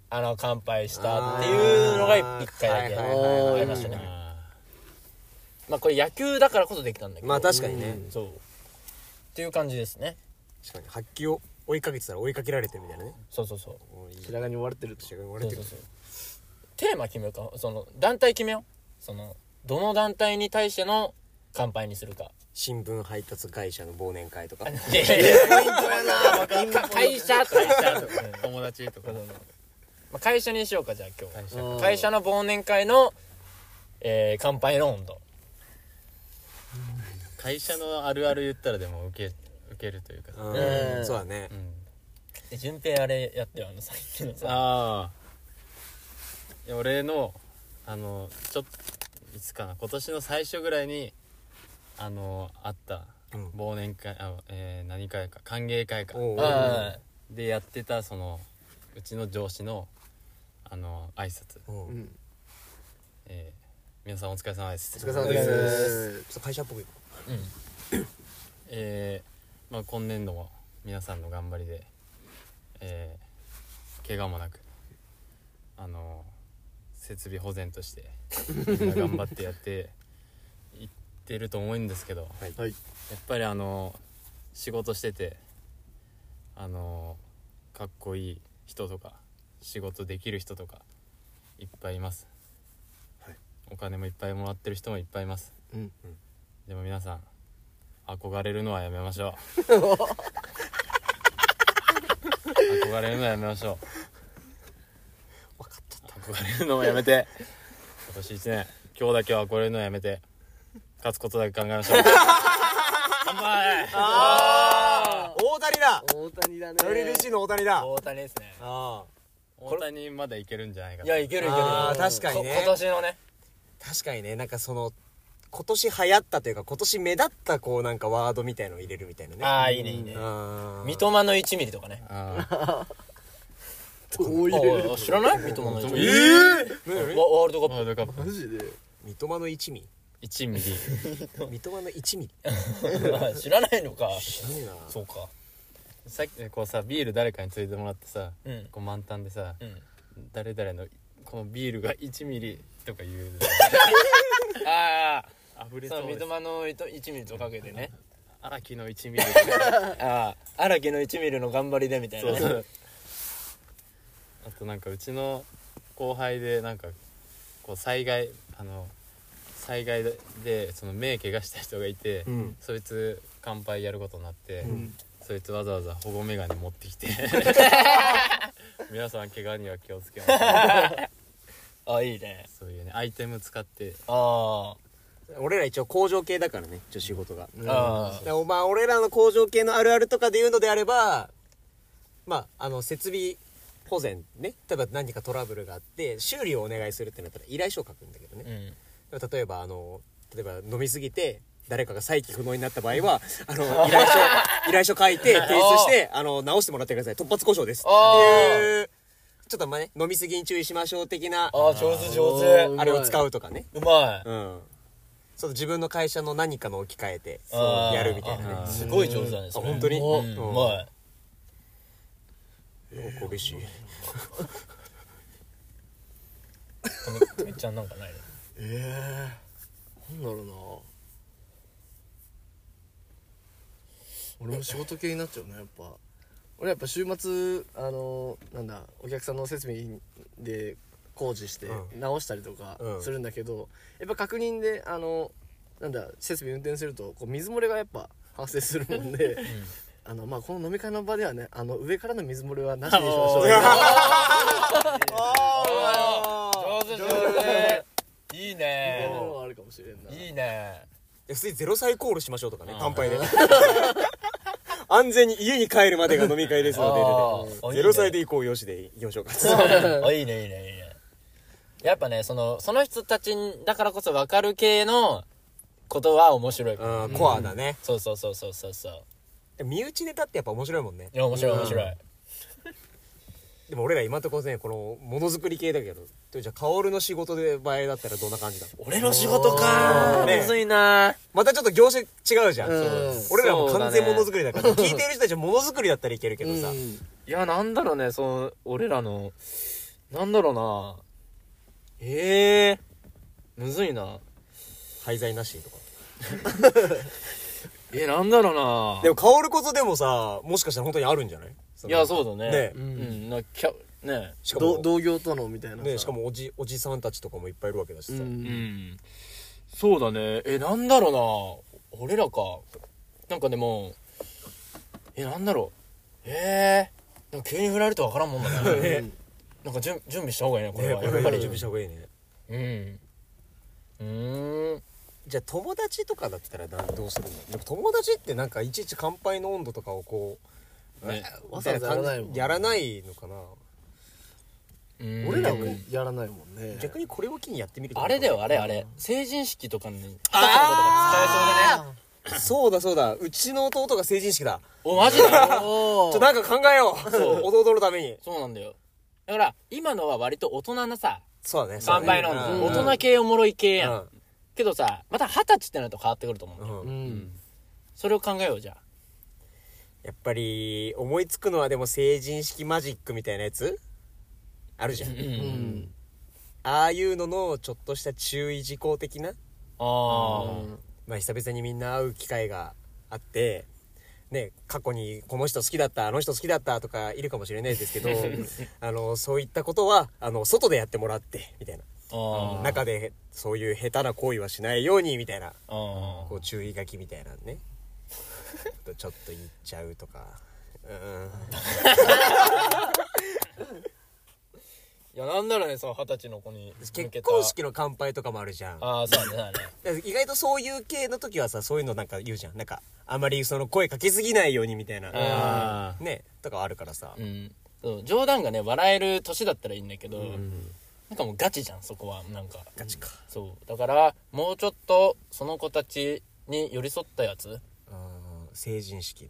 Speaker 2: あの乾杯したっていうのが一回だけ
Speaker 4: あーはいはいは
Speaker 2: あ
Speaker 4: い
Speaker 2: りましたねまあこれ野球だからこそできたんだけど
Speaker 4: まあ確かにね
Speaker 2: そうっていう感じですね
Speaker 4: 確かに発揮を追いかけてたら追いかけられてるみたいなね
Speaker 2: そうそうそう
Speaker 3: 白髪に追われてると
Speaker 4: 違う
Speaker 2: そうそうそうテーマ決めようかその団体決めようそのどの団体に対しての
Speaker 7: 乾杯にするか
Speaker 4: 新聞配達会社の忘年会とか
Speaker 7: いやいやいや
Speaker 3: ポイントやな
Speaker 7: か会社会社とかね
Speaker 2: 友達とか
Speaker 7: まあ会社にしようかじゃあ今日
Speaker 2: 会社
Speaker 3: うん
Speaker 7: 会社の忘年会の、えー、乾杯の温度
Speaker 2: 会社のあるある言ったらでも受け受けるというかさ
Speaker 4: うんそうだね
Speaker 2: うん
Speaker 7: で順平あれやってよあの最近のさ
Speaker 2: ああ俺のあのちょっといつかな今年の最初ぐらいにあのあった
Speaker 4: うん
Speaker 2: 忘年会あ、えー何会か歓迎会か
Speaker 4: おうおう
Speaker 7: ああ
Speaker 2: でやってたそのうちの上司のあの挨拶、
Speaker 4: うん
Speaker 3: うん
Speaker 2: えー皆さんお疲れ様です
Speaker 4: お疲れ様ですちょっと会社っぽく行こ
Speaker 7: うん
Speaker 2: えーまあ、今年度も皆さんの頑張りで、えー怪我もなくあの設備保全としてみんな頑張ってやっていってると思うんですけど、
Speaker 4: はい
Speaker 3: はい
Speaker 2: やっぱりあの仕事しててあのかっこいい人とか仕事できる人とかいっぱいいます、
Speaker 4: はい
Speaker 2: お金もいっぱいもらってる人もいっぱいいます
Speaker 3: うん
Speaker 2: でも皆さん憧れるのはやめましょう憧れるのはやめましょう分かっちゃった憧れるのはやめて今年1年今日だけは憧れるのはやめて勝つことだけ考えましょう乾杯
Speaker 8: 大谷だ
Speaker 3: 大谷だね
Speaker 8: WBC の大谷だ
Speaker 7: 大谷ですね
Speaker 4: うあ
Speaker 2: 大谷まだいけるんじゃないか
Speaker 7: い
Speaker 2: な
Speaker 7: やいけるいける
Speaker 4: あー確かにね
Speaker 7: こ今年のね
Speaker 4: あ確かにねなんかその今年流行ったというか今年目立ったこうなんかワードみたいのを入れるみたいなね
Speaker 7: ああいいねいいね
Speaker 4: あー
Speaker 7: 三笘の1ミリと かね
Speaker 2: あ
Speaker 3: どう
Speaker 7: あ
Speaker 3: いう
Speaker 7: あ知らない三笘の1ミリワワールド
Speaker 2: ー
Speaker 7: カッ
Speaker 2: ワールドカップ
Speaker 3: マジで
Speaker 4: 三笘の1ミリ
Speaker 2: 1ミリ
Speaker 4: 三笘の1ミリ
Speaker 7: プ知らないのか
Speaker 4: 知らねえな
Speaker 7: そうか
Speaker 2: さっきこうさビール誰かについてもらってさ、
Speaker 7: うん
Speaker 2: こう満タンでさ、
Speaker 7: うん
Speaker 2: 誰々のこのビールが1ミリとか言うあああぶれ
Speaker 7: そ
Speaker 2: そうう
Speaker 7: 三
Speaker 2: です
Speaker 7: 笘の1ミリとかけてね
Speaker 2: 荒木の1ミリ
Speaker 7: ああ荒木の1ミリの頑張りでみたいな
Speaker 2: そう
Speaker 7: ね
Speaker 2: そう あとなんかうちの後輩でなんかこう災害あの災害でその目怪我した人がいて、
Speaker 4: ん
Speaker 2: そいつ乾杯やることになって、そいつわざわざ保護メガネ持ってき て皆さん怪我には気をつけましょう
Speaker 7: あいいね
Speaker 2: そういうねアイテム使って
Speaker 7: あ
Speaker 4: 俺ら一応工場系だからね一応仕事が、
Speaker 7: ああ
Speaker 4: だからまあ俺らの工場系のあるあるとかで言うのであればまああの設備保全ね例えば何かトラブルがあって修理をお願いするってなったら依頼書を書くんだけどね
Speaker 7: う、ん
Speaker 4: 例えばあの例えば飲みすぎて誰かが再起不能になった場合はあの依 頼書依頼書書いて提出してあの直してもらってください突発故障ですっていうちょっとまあね飲みすぎに注意しましょう的な
Speaker 7: ああ上手上手
Speaker 4: あれを使
Speaker 3: う
Speaker 4: うとかね
Speaker 7: うまい
Speaker 4: うんちょっと自分の会社の何かの置き換えて
Speaker 7: あー
Speaker 4: やるみたいなね
Speaker 7: あーすごい上手だねそれ
Speaker 4: あ本当に
Speaker 7: うん
Speaker 4: うん
Speaker 7: うまい
Speaker 4: おこげし
Speaker 7: とみとみっちゃんなんかないの
Speaker 3: ええなんだろうな俺も仕事系になっちゃうなやっぱ俺やっぱ週末あのなんだお客さんの設備で工事して
Speaker 4: う
Speaker 3: 直したりとか
Speaker 4: うん
Speaker 3: するんだけど、やっぱ確認であのなんだ設備運転するとこう水漏れがやっぱ発生するもんで、あのまあこの飲み会の場ではねあの上からの水漏れはなしにしましょう
Speaker 7: 上手上手いい
Speaker 3: みたいなの
Speaker 7: ね
Speaker 3: はあるかもしれんない
Speaker 7: いね
Speaker 4: 普通にゼロ歳コールしましょうとかね
Speaker 2: うん
Speaker 4: 乾杯で安全に家に帰るまでが飲み会ですの
Speaker 7: あー
Speaker 4: でゼロ
Speaker 7: いいね
Speaker 4: 歳で行こうよしで 行きましょうか
Speaker 7: あいいねいいねいいねやっぱねそのその人たちだからこそ分かる系のことは面白い
Speaker 4: うんコアだね
Speaker 7: そうそうそうそうそうそう
Speaker 4: 身内ネタってやっぱ面白いもんね
Speaker 7: いや面白い面白い
Speaker 4: でも俺ら今んとこねこのものづくり系だけどでもじゃあ薫の仕事で場合だったらどんな感じだ
Speaker 7: 俺の仕事か
Speaker 4: ね
Speaker 7: むずいな
Speaker 4: またちょっと業種違うじゃん
Speaker 3: うん
Speaker 4: 俺らも完全ものづくりだから聞いてる人たちはものづくりだったらいけるけどさ
Speaker 3: うん
Speaker 7: いや、なんだろうね、その、俺らの、なんだろうな。ええむずいな。
Speaker 4: 廃材なしとか
Speaker 7: え、なんだろうな。
Speaker 4: でも薫こそでもさもしかしたら本当にあるんじゃない
Speaker 7: いや、
Speaker 4: う
Speaker 7: そうだね。
Speaker 4: ね
Speaker 7: うん、な、キャ、ね。
Speaker 4: しか
Speaker 3: ど
Speaker 4: も
Speaker 3: 同業とのみたいなさ
Speaker 4: ねしかもおじおじさんたちとかもいっぱいいるわけだし
Speaker 3: う
Speaker 4: さ
Speaker 3: ん
Speaker 7: うん。そうだねえなんだろうな俺らかなんかでもえなんだろうえー、なんか急に振られるとわからんもんだね
Speaker 3: ね
Speaker 7: なんかじゅん準備した方がいいねこ
Speaker 4: ね
Speaker 7: れは
Speaker 4: これ
Speaker 7: や
Speaker 4: や
Speaker 7: っ
Speaker 4: っ
Speaker 7: ぱ
Speaker 4: ぱ
Speaker 7: り
Speaker 4: り
Speaker 7: う
Speaker 4: 準備した方がいいね
Speaker 7: んうーん
Speaker 4: じゃあ友達とかだったらなどうするのでも友達ってなんかいちいち乾杯の温度とかをこう、
Speaker 7: ね
Speaker 3: わざわざやらないもん
Speaker 4: やらないのかな
Speaker 7: うん
Speaker 3: 俺らもやらないもんね
Speaker 4: 逆にこれを機にやってみると
Speaker 7: あれだよあれあれ成人式とかにああ使えそうでね
Speaker 4: そうだそうだうちの弟が成人式だ
Speaker 7: おマジ だ
Speaker 4: ちょっとなんか考えよ
Speaker 7: そ
Speaker 4: う
Speaker 7: う
Speaker 4: 弟のために
Speaker 7: そうなんだよだから今のは割と大人なさ
Speaker 4: そうだね
Speaker 7: 乾杯の
Speaker 4: そうだね
Speaker 7: 大人系おもろい系やん、
Speaker 4: うん
Speaker 7: けどさまた二十歳ってなると変わってくると思うんだよ、
Speaker 4: うん
Speaker 3: うん
Speaker 7: それを考えようじゃあ
Speaker 4: やっぱり思いつくのはでも成人式マジックみたいなやつあるじゃん
Speaker 7: うん、
Speaker 3: うん
Speaker 4: ああいうののちょっとした注意事項的な
Speaker 7: あ
Speaker 4: まあ久々にみんな会う機会があってね過去にこの人好きだったあの人好きだったとかいるかもしれないです けどあのそういったことはあの外でやってもらってみたいな
Speaker 7: あああ
Speaker 4: 中でそういう下手な行為はしないようにみたいな
Speaker 7: あ
Speaker 4: こう注意書きみたいなのねちょっと言っちゃうとかうーん
Speaker 7: いやなんならねその二十歳の子に向けた
Speaker 4: 結婚式の乾杯とかもあるじゃん
Speaker 7: ああそうだねだね
Speaker 4: だから意外とそういう系の時はさそういうのなんか言うじゃんなんかあまりその声かけすぎないようにみたいな
Speaker 7: あ
Speaker 4: ねとかあるからさ
Speaker 7: あうんそう冗談がね笑える年だったらいいんだけど、なんかもうガチじゃんそこはなんか
Speaker 4: ガチか
Speaker 7: そうだからもうちょっとその子たちに寄り添ったやつ
Speaker 4: うん成人式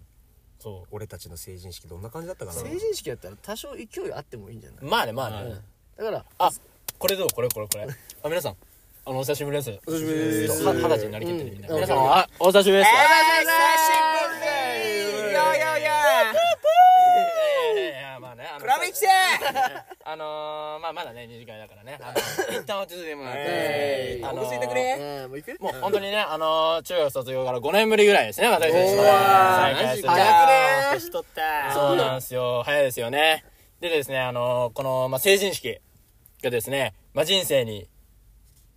Speaker 7: そ
Speaker 4: 俺たちの成人式どんな感じだったかな
Speaker 3: 成人式やったら多少勢いあってもいいんじゃないう
Speaker 7: まあねまあね、
Speaker 3: だから
Speaker 7: あこれどうこれこれこれあ皆さんあのお久しぶりですお久しぶり
Speaker 3: です
Speaker 7: 二十歳になりきってるみたいな、
Speaker 3: うん
Speaker 7: 皆さんあお久しぶりです、いやいやいやまあねあのクラブあのー、まあまだね二次会だからねあの一旦落ち着いてもらって、
Speaker 4: え
Speaker 7: あのー
Speaker 4: 落ち着いてくれ
Speaker 3: えーもう行く
Speaker 7: もう本当にね、あのー、中学卒業から5年ぶりぐらいですね、私
Speaker 3: お
Speaker 7: たち
Speaker 3: ー
Speaker 7: 再会するのは
Speaker 3: 早くねー
Speaker 7: 年取ったそうなんですよ。早いですよね。でですね、あのー、この、まあ、成人式がですね、まあ、人生に、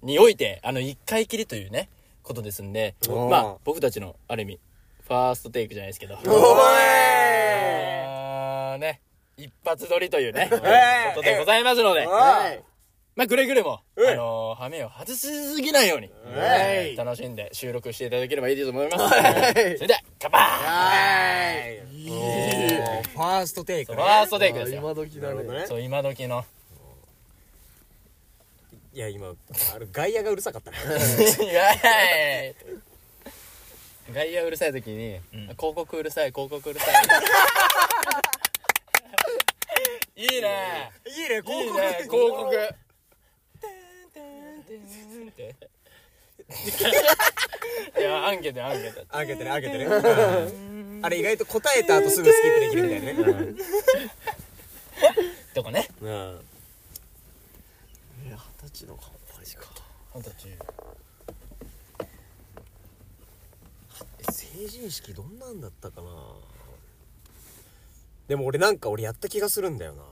Speaker 7: において、あの、一回きりというね、ことですんで、
Speaker 4: おー
Speaker 7: まあ、僕たちの、ある意味、ファーストテイクじゃないですけど、あーね、一発撮りというね、ことでございますので、
Speaker 3: はい
Speaker 7: まあ、くれぐれも、あのー、羽目を外しすぎないように、
Speaker 3: はい
Speaker 7: 楽しんで収録していただければいいと思います。それでは、乾杯
Speaker 4: ファーストテイ
Speaker 7: そ
Speaker 4: ク
Speaker 7: う
Speaker 4: ね
Speaker 7: ファーストテイクですよ。
Speaker 3: 今時だ
Speaker 4: なるほど
Speaker 3: ね
Speaker 4: ね
Speaker 7: そう、今時の。
Speaker 4: いや今あれ外野がうるさかったね
Speaker 7: 外野うるさい時に、広告うるさい、広告うるさい。いいね
Speaker 4: いいね
Speaker 7: いいね広告。いや、アンケート、アンケート。
Speaker 4: 開けてね開けてねうんあれ意外と答えた後すぐ好きってできるみたいなね
Speaker 7: とかね。
Speaker 4: う
Speaker 3: い
Speaker 4: ん
Speaker 3: や二十歳の乾杯か
Speaker 7: 二十歳。
Speaker 4: え成人式どんなんだったかなでも俺なんか俺やった気がするんだよな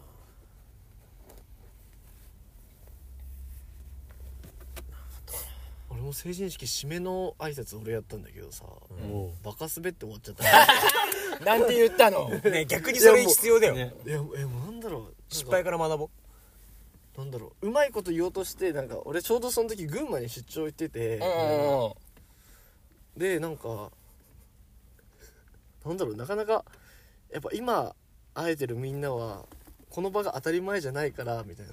Speaker 3: 俺も成人式締めの挨拶俺やったんだけどさバカ滑って終わっちゃった
Speaker 7: なんて言ったの
Speaker 4: ね逆にそれ必要だよ、
Speaker 3: いやえもうなんだろうなんか
Speaker 4: 失敗から学ぼう
Speaker 3: なんだろううまいこと言おうとしてなんか俺ちょうどその時群馬に出張行ってて
Speaker 7: うん
Speaker 3: でなんかなんだろうなかなかやっぱ今会えてるみんなはこの場が当たり前じゃないからみたいな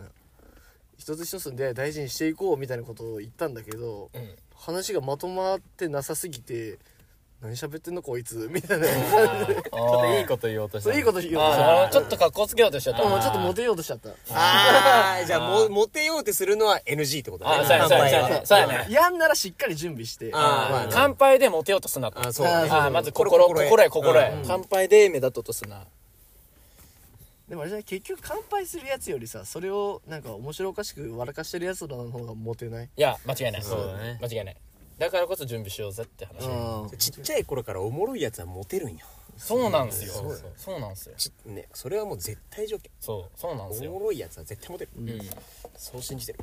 Speaker 3: 一つ一つの出会い大事にしていこうみたいなことを言ったんだけど、
Speaker 7: ん
Speaker 3: 話がまとまってなさすぎて何喋ってんのこいつみたいな
Speaker 7: ちょっといいこと
Speaker 2: と言おうと
Speaker 3: そういいこと言おうとしちゃ
Speaker 7: あ
Speaker 3: った
Speaker 7: ーちょっと格好つけようとしちゃった
Speaker 3: うんちょっとモテようとしちゃった
Speaker 4: ああじゃあもモテようってするのは NG ってことだね
Speaker 7: あそうやそうやそうやそうやね
Speaker 3: やんならしっかり準備して
Speaker 4: あーまあね
Speaker 7: 乾杯でモテようとすなと
Speaker 4: あそうだね
Speaker 7: あーまず心心得心得乾杯で目立とうとすな
Speaker 3: でもあれじゃない結局乾杯するやつよりさそれをなんか面白おかしく笑かしてるやつらの方がモテない
Speaker 7: いや間違いない
Speaker 2: そうだね
Speaker 7: 間違いないだからこそ準備しようぜって話
Speaker 4: ちっちゃい頃からおもろいやつはモテるんよ
Speaker 7: そうなんすよそうなんすよ
Speaker 4: ちねそれはもう絶対条件
Speaker 7: そうそうなんす
Speaker 4: お
Speaker 7: よ
Speaker 4: もろいやつは絶対モテる、
Speaker 7: うん
Speaker 4: そう信じてる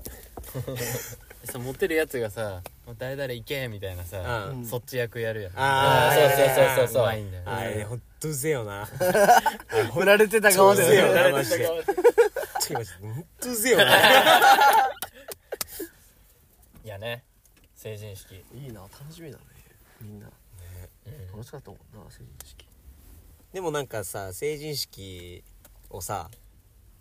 Speaker 2: さモテるやつがさもう誰々行けみたいなさ、
Speaker 4: うん
Speaker 2: そっち役やるやん
Speaker 4: あー
Speaker 2: ん
Speaker 4: そうそうそう
Speaker 7: そうそう
Speaker 2: うまいんだよ
Speaker 4: あれねほんとうぜえよな
Speaker 3: 振られてた顔
Speaker 4: う
Speaker 3: で
Speaker 4: ぜえよ
Speaker 3: よ
Speaker 4: なマジでほんとうぜえよな
Speaker 7: いやね成人式
Speaker 3: いいな楽しみだねみんな楽しかったもんな成人式
Speaker 4: でもなんかさ成人式をさ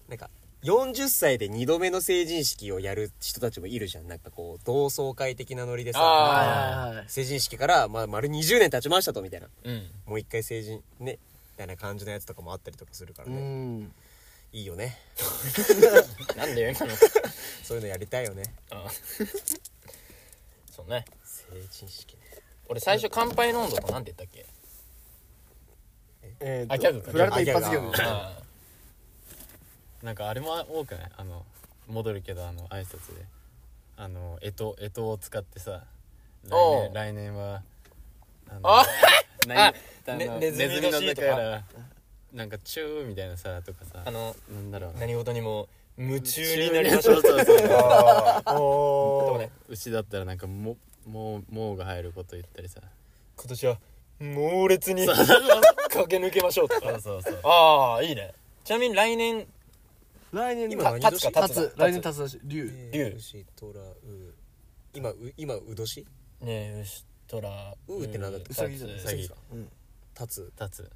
Speaker 4: なんか40歳で2度目の成人式をやる人たちもいるじゃんなんかこう同窓会的なノリでさ
Speaker 7: あ
Speaker 3: はい
Speaker 4: 成人式から、まあ、丸20年経ちましたとみたいな
Speaker 7: うん
Speaker 4: もう一回成人ねみたいな感じのやつとかもあったりとかするから
Speaker 3: う
Speaker 4: ね、
Speaker 3: ん
Speaker 4: いいよね
Speaker 7: なんで言うの
Speaker 4: そういうのやりたいよね
Speaker 7: そうね
Speaker 4: 成人式ね
Speaker 7: 俺最初乾杯の温度となんて言ったっけ
Speaker 3: えーと
Speaker 7: あギャグか
Speaker 3: 振られた一発
Speaker 4: あ
Speaker 3: ギャ
Speaker 4: ギャ
Speaker 3: グ
Speaker 4: グ
Speaker 7: ああ
Speaker 2: なんかあれも多くないあの戻るけどあの挨拶であの干支干支を使ってさ来
Speaker 7: おう
Speaker 2: 年来年はあの
Speaker 7: あ
Speaker 2: な
Speaker 7: あ
Speaker 2: あの
Speaker 7: ねネ
Speaker 2: ネ
Speaker 7: ズ
Speaker 2: ズ
Speaker 7: ミ
Speaker 2: ミ
Speaker 7: の
Speaker 2: の
Speaker 7: シー
Speaker 2: 中
Speaker 7: と
Speaker 2: か
Speaker 7: から
Speaker 2: なんかチューみたいなさとかさ
Speaker 7: あの
Speaker 2: なんだろうな
Speaker 7: 何事にも夢中
Speaker 2: チュー
Speaker 7: になりましょう
Speaker 2: そうそうそう
Speaker 7: とかね
Speaker 2: 牛だったらなんかももうもうが入ること言ったりさ
Speaker 7: 今年は猛烈に 駆け抜けましょうとか
Speaker 2: そうそう
Speaker 7: ああいいねちなみに来年
Speaker 3: 来年
Speaker 4: 今
Speaker 3: だ
Speaker 4: 何
Speaker 7: 立つか
Speaker 3: 立
Speaker 7: 立つ
Speaker 3: つ来年立つだし龍
Speaker 7: 竜
Speaker 4: 牛虎う今う今う年
Speaker 7: ねえウシトラ
Speaker 4: うってなんだっけ
Speaker 7: う
Speaker 3: うさぎじゃない
Speaker 7: 立
Speaker 2: うさぎ
Speaker 4: か立つ
Speaker 2: 立つ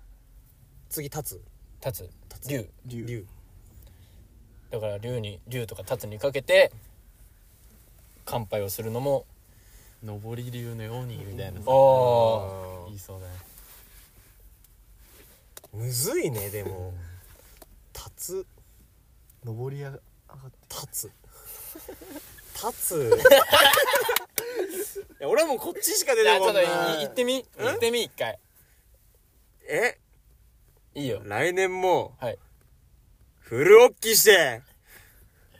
Speaker 4: 次立
Speaker 7: 立つ竜
Speaker 4: つ
Speaker 3: 龍
Speaker 4: 龍
Speaker 7: だから竜に竜とか立つにかけて乾杯をするのも
Speaker 2: 上り流のようにみたいなさ
Speaker 7: ああ
Speaker 2: 言いそうだね
Speaker 4: むずいねでも立つ
Speaker 3: 上り上がって
Speaker 4: 立つ立ついや俺はもうこっちしか出
Speaker 7: じ
Speaker 4: な
Speaker 7: ゃあ
Speaker 4: い
Speaker 7: ちょ
Speaker 4: も
Speaker 7: っ
Speaker 4: ん
Speaker 7: と
Speaker 4: ない
Speaker 7: 行ってみ行ってみ一回
Speaker 4: え
Speaker 7: いいよ
Speaker 4: 来年も
Speaker 7: はい
Speaker 4: フルオッキーして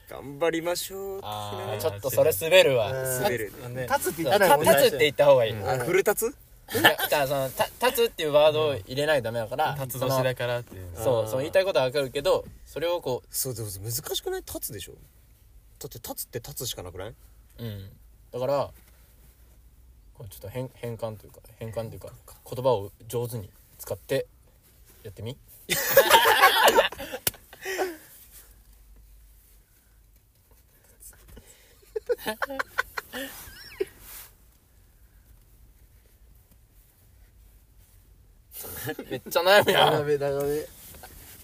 Speaker 4: 頑張りましょうって
Speaker 7: あ
Speaker 4: な
Speaker 7: ーちょっとそれ滑るわ
Speaker 4: 滑るね
Speaker 2: ね
Speaker 3: 立つって言ったら
Speaker 7: た立つって言った方がいいい
Speaker 4: あフル立つ
Speaker 7: やだからそのた立つっていうワードを入れないとダメだから
Speaker 2: 立つ
Speaker 7: その
Speaker 2: 年だからっていう
Speaker 7: そうそう言いたいことはわかるけどそれをこ
Speaker 4: そうでも難しくない立つでしょだって立つって立つしかなくないう
Speaker 7: うんだからこうちょっと変変換というか変換というか言葉を上手に使ってやってみめっちゃ悩むや
Speaker 3: 長
Speaker 7: ん。
Speaker 3: め長め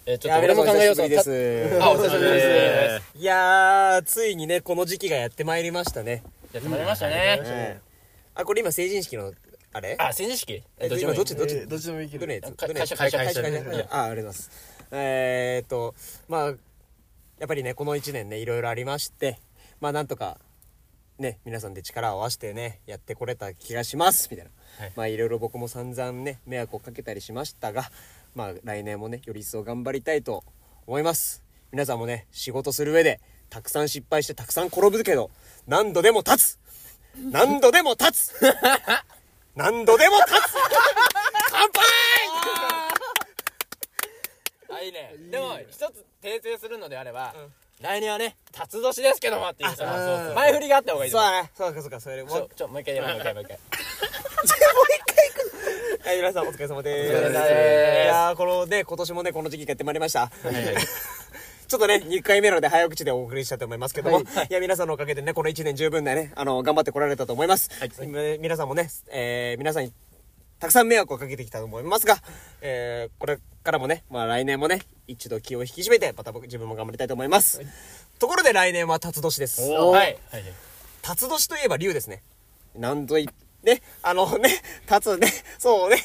Speaker 7: えちょっと俺も考えようと思って。
Speaker 4: す
Speaker 7: あ、お久しぶりで
Speaker 2: え
Speaker 4: いやーついにねこの時期がやってまいりましたね
Speaker 7: す。やってまいりましたね。
Speaker 4: ええあこれ今成人式のあれ
Speaker 7: あ、成人式
Speaker 4: えっと
Speaker 7: ち
Speaker 4: 今
Speaker 7: もいい
Speaker 4: どっちどっち
Speaker 3: えーどっちでもいけ
Speaker 4: どれ
Speaker 3: る
Speaker 7: か
Speaker 4: どれ
Speaker 7: 会社会社
Speaker 4: 会社
Speaker 7: 会社
Speaker 4: 会社会社あありがとうございますえーっとまあやっぱりねこの1年ねいろいろありましてまあなんとかね皆さんで力を合わせてねやってこれた気がしますみたいな、
Speaker 2: はい
Speaker 4: まあいろいろ僕も散々ね迷惑をかけたりしましたがまあ来年もねより一層頑張りたいと思います皆さんもね仕事する上でたくさん失敗してたくさん転ぶけど何度でも立つ何度でも立つ何度でも立つ乾杯
Speaker 7: あいいねでも一つ訂正するのであれば、来年はね辰年ですけどもっていうその前振りがあった方がいいと
Speaker 4: そう
Speaker 7: 思
Speaker 4: だ
Speaker 7: う
Speaker 4: ねそうかそうかそれも
Speaker 7: ち
Speaker 4: う
Speaker 7: ょちょもう一回 やるもう一回もう一回
Speaker 4: はい皆さんお疲れ様で
Speaker 7: お疲
Speaker 4: す
Speaker 7: れ様です
Speaker 4: いやーこのね今年もねこの時期がやってまいりました ちょっとね、2回目なので早口でお送りしたいと思いますけども、い、や、皆さんのおかげでね、この1年十分でね、あの、頑張ってこられたと思います。み皆さんもね、えー皆さんにたくさん迷惑をかけてきたと思いますが、えーこれからもね、まあ来年もね、一度気を引き締めて、また僕自分も頑張りたいと思います。ところで来年は辰年です。
Speaker 7: はいはい
Speaker 4: 辰年といえば竜ですね。なんとい、ね、あのね、辰ね、そうね。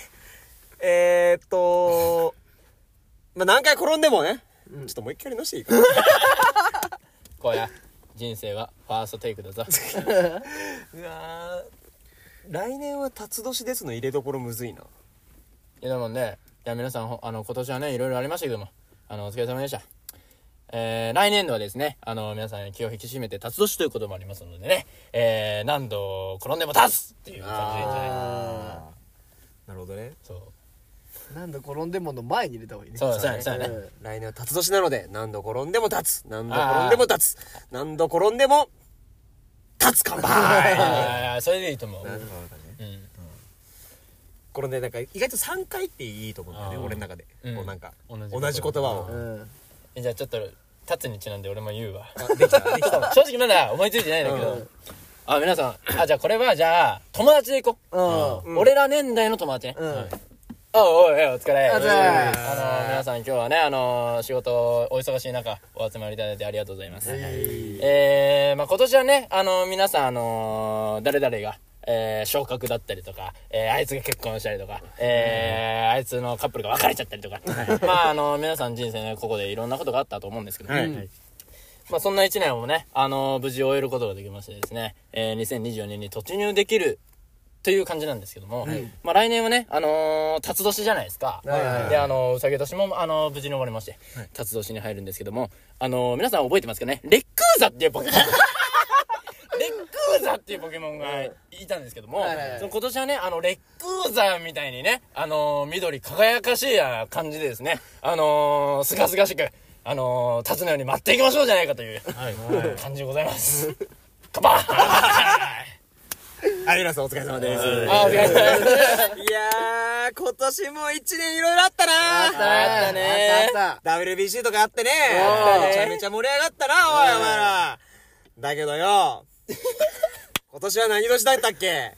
Speaker 4: えー、っと、まあ、何回転んでもね、ちょっともう一回やり直していいかな。
Speaker 7: こうや人生はファーストテイクだぞ
Speaker 4: うわー来年は辰年ですの入れどころむずいな。
Speaker 7: いやでもねいや皆さんほあの今年はねいろいろありましたけどもあのお疲れ様でしたえー、来年度はですねあの皆さん気を引き締めて辰年ということもありますのでね、えー、何度転んでも立つっていう感じでいいんじゃないかな
Speaker 3: あ
Speaker 4: なるほどね。
Speaker 7: そう
Speaker 3: ー何度転んでもの前に入れた方がいいね
Speaker 7: そうそうやねそうやね
Speaker 3: うん
Speaker 4: 来年は辰年なので、何度転んでも立つ。何度転んでも立つ。何度転んでも、立つ乾杯
Speaker 7: あーそれでいいと思う、
Speaker 3: なる
Speaker 7: う
Speaker 3: ほどね
Speaker 7: ん、
Speaker 4: これねなんか意外と3回っていいと思うんだよね
Speaker 2: あー
Speaker 4: 俺の中で、
Speaker 7: うん
Speaker 4: こうなんか
Speaker 2: 同じ
Speaker 4: 同じ言葉を
Speaker 3: うん
Speaker 7: えじゃあちょっと立つにちなんで俺も言うわ
Speaker 4: あできたできた
Speaker 7: 正直まだ思いついてないんだけど、あ皆さんあじゃあこれはじゃあ友達でいこ
Speaker 3: うん
Speaker 7: う、俺ら年代の友達ね、
Speaker 3: うん
Speaker 7: あおいおいお疲れ
Speaker 3: お疲れ
Speaker 7: あのー皆さん今日はねあのー仕事お忙しい中お集まりいただいてありがとうございます、
Speaker 3: えい
Speaker 7: えーまあ、今年はね、あの皆さん、あの誰々が、えー昇格だったりとか、えーあいつが結婚したりとか、えーあいつのカップルが別れちゃったりとか、まあ、あの皆さん人生ね、ここでいろんなことがあったと思うんですけど、まあ、そんな一年をね、あの無事終えることができましてですね、えー2024年に突入できるという感じなんですけども、まあ、来年はね、あのー、辰年じゃないですか。
Speaker 3: はいはいはい
Speaker 7: で、あのー、うさぎ年も、あのー、無事に終わりまして、辰年に入るんですけども、あのー、皆さん覚えてますかねレックーザっていうポケモン。レックーザっていうポケモンがいたんですけども、
Speaker 3: はいはいはい
Speaker 7: その今年はね、あの、レックーザみたいにね、あのー、緑輝かしいような感じでですね、あのー、すがすがしく、あのー、立つのように待っていきましょうじゃないかという感じでございます。カバーン
Speaker 4: はい皆さんお疲れ様です
Speaker 7: あ、お疲れ様です。
Speaker 4: いやー今年も1年いろいろあったなあ
Speaker 7: たあったね
Speaker 3: あっ
Speaker 4: WBC とかあってね
Speaker 7: あったね
Speaker 4: めちゃめちゃ盛り上がったなおいお前らだけどよ今年は何年だったっけ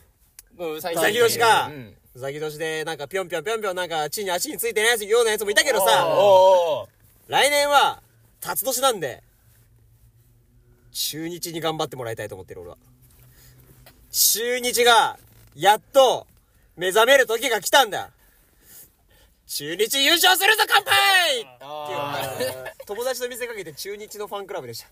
Speaker 7: もううさぎ
Speaker 4: うさぎ年か
Speaker 7: うん
Speaker 4: うさぎ年でなんかぴょんぴょんぴょんぴょんなんか地に足についてないやつようなやつもいたけどさ
Speaker 7: おーおー
Speaker 4: 来年は辰年なんで中日に頑張ってもらいたいと思ってる俺は中日がやっと目覚める時が来たんだ中日優勝するぞ乾杯
Speaker 7: あー
Speaker 4: 友達と見せかけて中日のファンクラブでした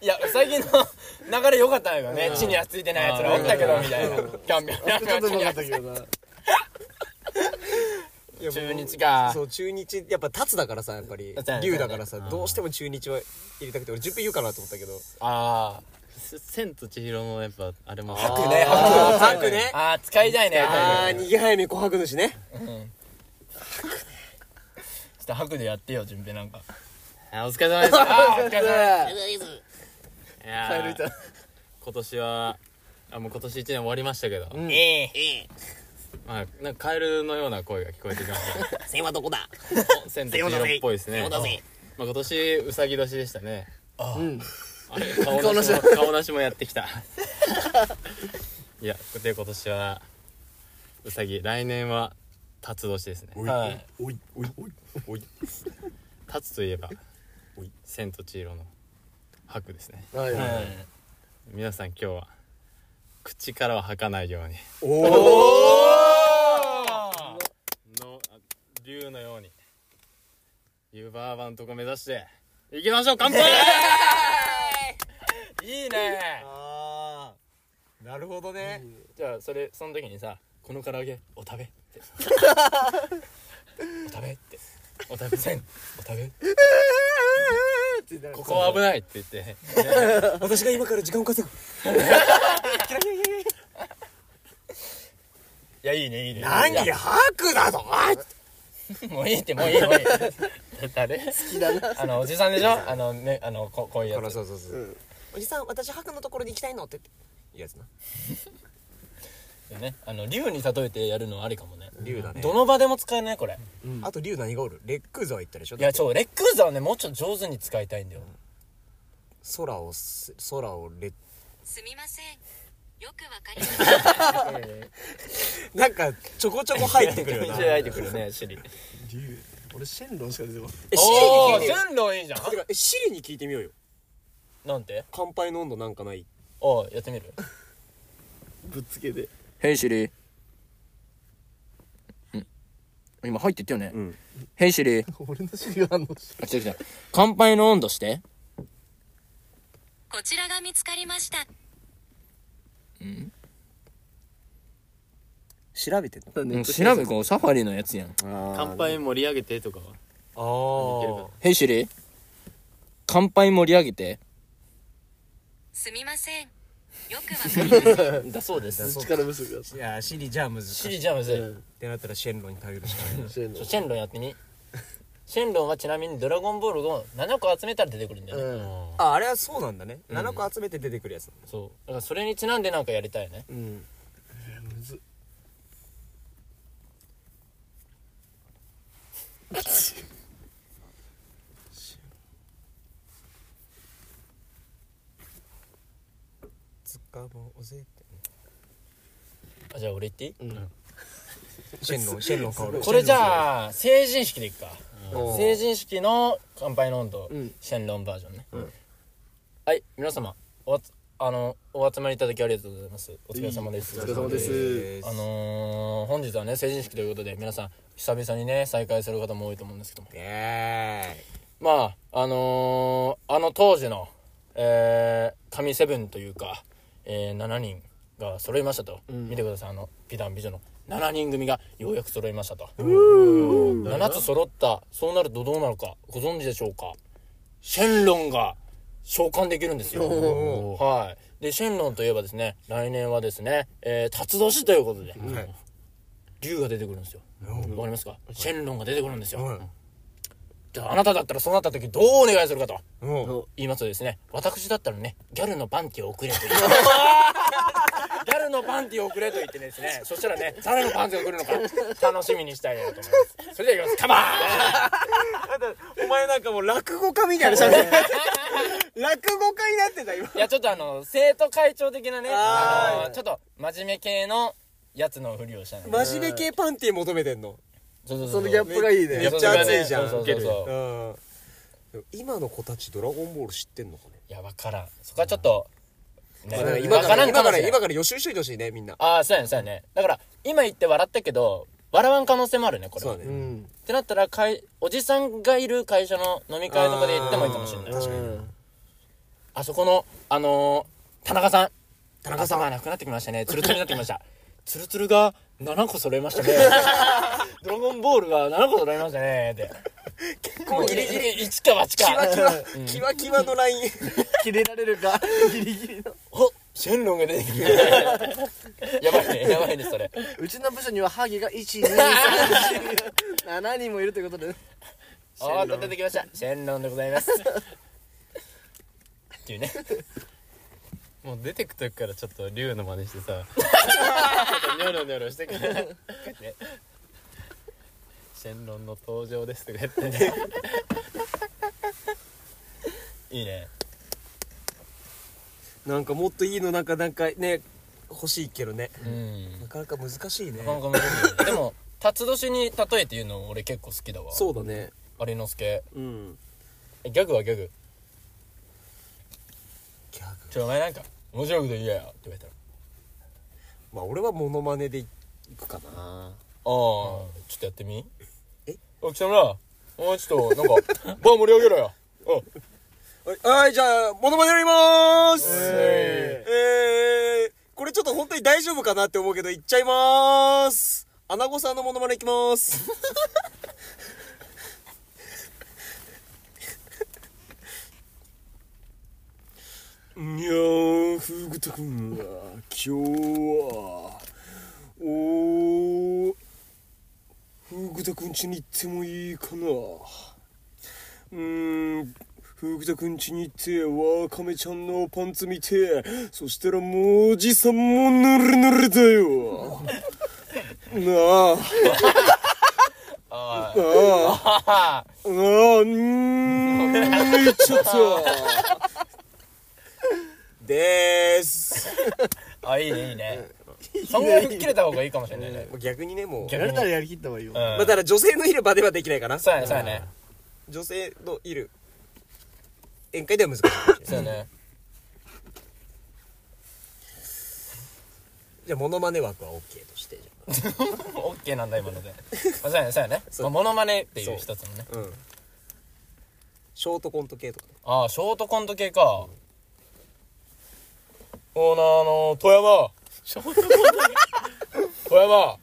Speaker 7: いや、うさぎの流れ良かったよね。地に足ついてない奴らおったけど、みたいな。ぴょんぴょんぴょん
Speaker 3: たちょっ
Speaker 7: ぴょ
Speaker 3: と
Speaker 7: ん地
Speaker 3: 分
Speaker 7: に
Speaker 3: かった
Speaker 7: 足つい
Speaker 3: け
Speaker 7: て
Speaker 3: どな
Speaker 7: 中日か
Speaker 4: そ。う中日やっぱ立つだからさやっぱり
Speaker 7: 立つだね
Speaker 4: 龍だからさどうしても中日は入れたくて俺順平言うかなと思ったけど
Speaker 7: あ
Speaker 2: す千と千尋のやっぱあれも
Speaker 4: 白ね白白ね
Speaker 7: ーあー、使いたいね。
Speaker 4: あ
Speaker 7: ち
Speaker 4: ー逃げ早め琥珀主ね
Speaker 7: ょっと白でやってよ、順平なんか。
Speaker 2: あお疲れ様です
Speaker 7: あー、お疲れ様
Speaker 2: いやー今年はあもう今年1年終わりましたけど、
Speaker 7: ええ
Speaker 2: まあ、なんかカエルのような声が聞こえてきま したね
Speaker 9: 線はどこだ
Speaker 2: お千と千尋っぽいですね、まあ、今年うさぎ年でしたねあれ顔なしも顔なしもやってきたいやで今年はうさぎ来年は辰年ですね
Speaker 7: はい。
Speaker 2: 辰といえば千と千尋の白ですね
Speaker 3: はいはいはい
Speaker 2: 皆さん今日は口からは吐かないようにおおのあ竜のように湯婆婆のとこ目指して行きましょう乾杯
Speaker 7: いいね。
Speaker 4: あーなるほどね
Speaker 7: じゃあ、それ、その時にさ、この唐揚げ、お食べって。お食べって。お食べせん。お食べ
Speaker 2: ここは危ないって言って
Speaker 4: 私が今から時間を稼ぐ
Speaker 7: いや、いいね、いいね。
Speaker 4: 何
Speaker 7: いや
Speaker 4: 白だぞおい
Speaker 7: もういいって、もういい、もういい。誰好きだな。あの、おじさんでしょあの、ね、あの、ここういうやつ。
Speaker 4: そうそうそう
Speaker 3: うん
Speaker 4: おじさん私白のところに行きたいのっていいやつな
Speaker 7: ね。あの、竜に例えてやるのありかもね。
Speaker 4: 龍だね
Speaker 7: どの場でも使えないこれ。
Speaker 4: あと龍何がおるレックーザは行ったでしょ
Speaker 7: いや、そう、レックウザはね、もうちょっと上手に使いたいんだよ。
Speaker 4: 空をす空をレッ
Speaker 10: すみません。よくわかりません。
Speaker 4: なんかちょこちょこ 入ってくるよな
Speaker 7: 入ってくるね、シリ。
Speaker 3: 竜俺シェンロンしか出てこない
Speaker 4: え
Speaker 7: お
Speaker 4: シリ
Speaker 7: ー、
Speaker 4: に聞いてみよ
Speaker 7: 順路いいじゃん。
Speaker 4: うてかえシリに聞いてみようよ
Speaker 7: なんて
Speaker 4: 乾杯の温度なんかない
Speaker 7: おー、やってみる
Speaker 3: ぶっつけで
Speaker 11: ヘイシリーん今入ってったよね、ヘイシリー
Speaker 3: 俺の尻が反応し
Speaker 11: あ来た来た乾杯の温度して
Speaker 10: こちらが見つかりました。
Speaker 4: 調べてんの
Speaker 3: た
Speaker 11: うん調べこうサファリのやつやん
Speaker 2: 乾杯盛り上げてとかは
Speaker 4: ああ
Speaker 2: いけるか
Speaker 11: ヘイシリー乾杯盛り上げて
Speaker 10: すみません。よくわかりません。
Speaker 7: だそうです。
Speaker 3: 力不足だっ
Speaker 4: いやーシリじゃあ難し
Speaker 7: シ
Speaker 4: いっ
Speaker 7: リじゃむずい。
Speaker 3: うん
Speaker 4: てなったらシェンロンに頼るしかない
Speaker 3: たシェンロ
Speaker 7: ちょシェンロンやってみ。シェンロンはちなみにドラゴンボールを7個集めたら出てくるんだよね、
Speaker 3: うん
Speaker 4: ああれはそうなんだね7個集めて出てくるやつなんだ
Speaker 7: そうだからそれにちなんでなんかやりたいね
Speaker 3: うんえーむずっ
Speaker 4: つかもうぜって
Speaker 7: あじゃあ俺言っていい、
Speaker 4: シェンロンシェンロン香る
Speaker 7: これじゃあ成人式でいくか、
Speaker 3: おー
Speaker 7: 成人式の乾杯の温度、
Speaker 3: うん
Speaker 7: シェンロンバージョンね、はい皆様おわつあのお集まりいただきありがとうございますお疲れ様です
Speaker 3: お疲れ様です
Speaker 7: あのー、本日はね成人式ということで皆さん久々にね再会する方も多いと思うんですけども
Speaker 4: イエ
Speaker 7: まああのー、あの当時の、えー、神セブンというか、えー、7人が揃いましたと、見てくださいあの美男美女の7人組がようやく揃いましたと7つ揃ったそうなるとどうなるかご存知でしょうかシェンロンが召喚できるんですよはいでシェンロンといえばですね来年はですね、えー、辰年ということで、
Speaker 4: ーイはい
Speaker 7: 竜が出てくるんですよわかりますかシェンロンが出てくるんですよ、じゃああなただったらそうなった時どうお願いするかと言いますとですね私だったらねギャルのパンティを送れと言ってギャルのパンティを送れと言ってですねそしたらね誰のパンティが送るのか楽しみにしたいなと思いますそれではいきますカバ
Speaker 4: お前なんかもう落語家みたいな喋り落語家になってた今
Speaker 7: ーンいやちょっとあの生徒会長的なね
Speaker 4: あー
Speaker 7: あのちょっと真面目系のやつのふりをしたんで
Speaker 4: 真面目系パンティー求めてんの
Speaker 7: そうそう
Speaker 3: その
Speaker 7: う
Speaker 3: ギャップがいいね
Speaker 4: めっちゃ熱いじゃん
Speaker 7: そうそうそうそう
Speaker 4: うん今の子たちドラゴンボール知ってんのかね
Speaker 7: いやわからんそこはちょっとね
Speaker 4: だから今から
Speaker 7: わ
Speaker 4: 今
Speaker 7: も
Speaker 4: から
Speaker 7: しれない
Speaker 4: 今から予習しといてほしいねみんな
Speaker 7: ああ、そうやね、そうやね。だから、今言って笑ったけど、笑わん可能性もあるね、これ。
Speaker 4: そうだ
Speaker 3: う
Speaker 4: ね
Speaker 3: ん
Speaker 7: ってなったら、かい、おじさんがいる会社の飲み会とかで行ってもいいかもしれない。
Speaker 4: 確か
Speaker 3: う
Speaker 4: に
Speaker 3: ん
Speaker 7: あそこの、あのー、田中さん。田中さんがなくなってきましたね。ツルツルになってきました。 ツルツルが7個揃えま したね。ドラゴンボールが7個揃えましたね。って。結構ギリギリ1か8か。
Speaker 4: キワキワのライン
Speaker 3: 切れられるかギリギリの
Speaker 7: おシェンロンが出てきた。やばいね、やばいね、 それ。
Speaker 3: うちの部署にはハゲが1237人もいるということで
Speaker 7: あー出てきましたシェンロンでございますっていうね
Speaker 2: もう出てく時からちょっと龍の真似 してさちょっとニョロニョロしてくるねシェンロンの登場ですとか言って ね
Speaker 7: いいね
Speaker 4: なんかもっといいのなんかなんかね欲しいけどね
Speaker 7: うん
Speaker 4: なかなか難しいね
Speaker 7: なかなか難しいねでも辰年に例えて言うの俺結構好きだわ
Speaker 4: そうだね
Speaker 7: 有之助
Speaker 4: うん
Speaker 7: えギャグはギャグ
Speaker 4: ギャグ
Speaker 7: ちょお前なんか面白いこと言えよって言われたらあ
Speaker 4: まあ俺はモノマネでいくかな
Speaker 7: あー、ちょっとやってみ
Speaker 4: え
Speaker 7: お貴様お前ちょっとなんかバー盛り上げろよお
Speaker 4: はいはいじゃあモノマネやりまーす
Speaker 7: え
Speaker 4: えー、これちょっと本当に大丈夫かなって思うけどいっちゃいまーすアナゴさんのモノマネいきまーす
Speaker 12: にゃーふぐたくんは今日はおーふぐたくん家に行ってもいいかなうーんふぐたくん家に行ってわかめちゃんのパンツ見てそしたらもうおじさんもぬるぬるだよなあ
Speaker 7: あ
Speaker 12: ああああうーんちょっと
Speaker 4: でーす
Speaker 7: ああいいねいいねそんぐらい吹っ切れた方がいいかもしれないね
Speaker 4: もう逆にねもう
Speaker 7: 逆
Speaker 3: やられたらやりきった方がいいよ
Speaker 7: うん
Speaker 4: まあ、だから女性のいる場ではできないかな
Speaker 7: そうやねそうやね
Speaker 4: 女性のいる宴会では難しいかもしれない
Speaker 7: そうやね
Speaker 4: じゃあモノマネ枠は OK としてじゃ
Speaker 7: オッケーなんだ今 のであそうやねそうやねまあモノマネっていう一つのね
Speaker 4: あうんショートコント系とかね
Speaker 7: ああショートコント系か、おーなあの富山ショートコント富山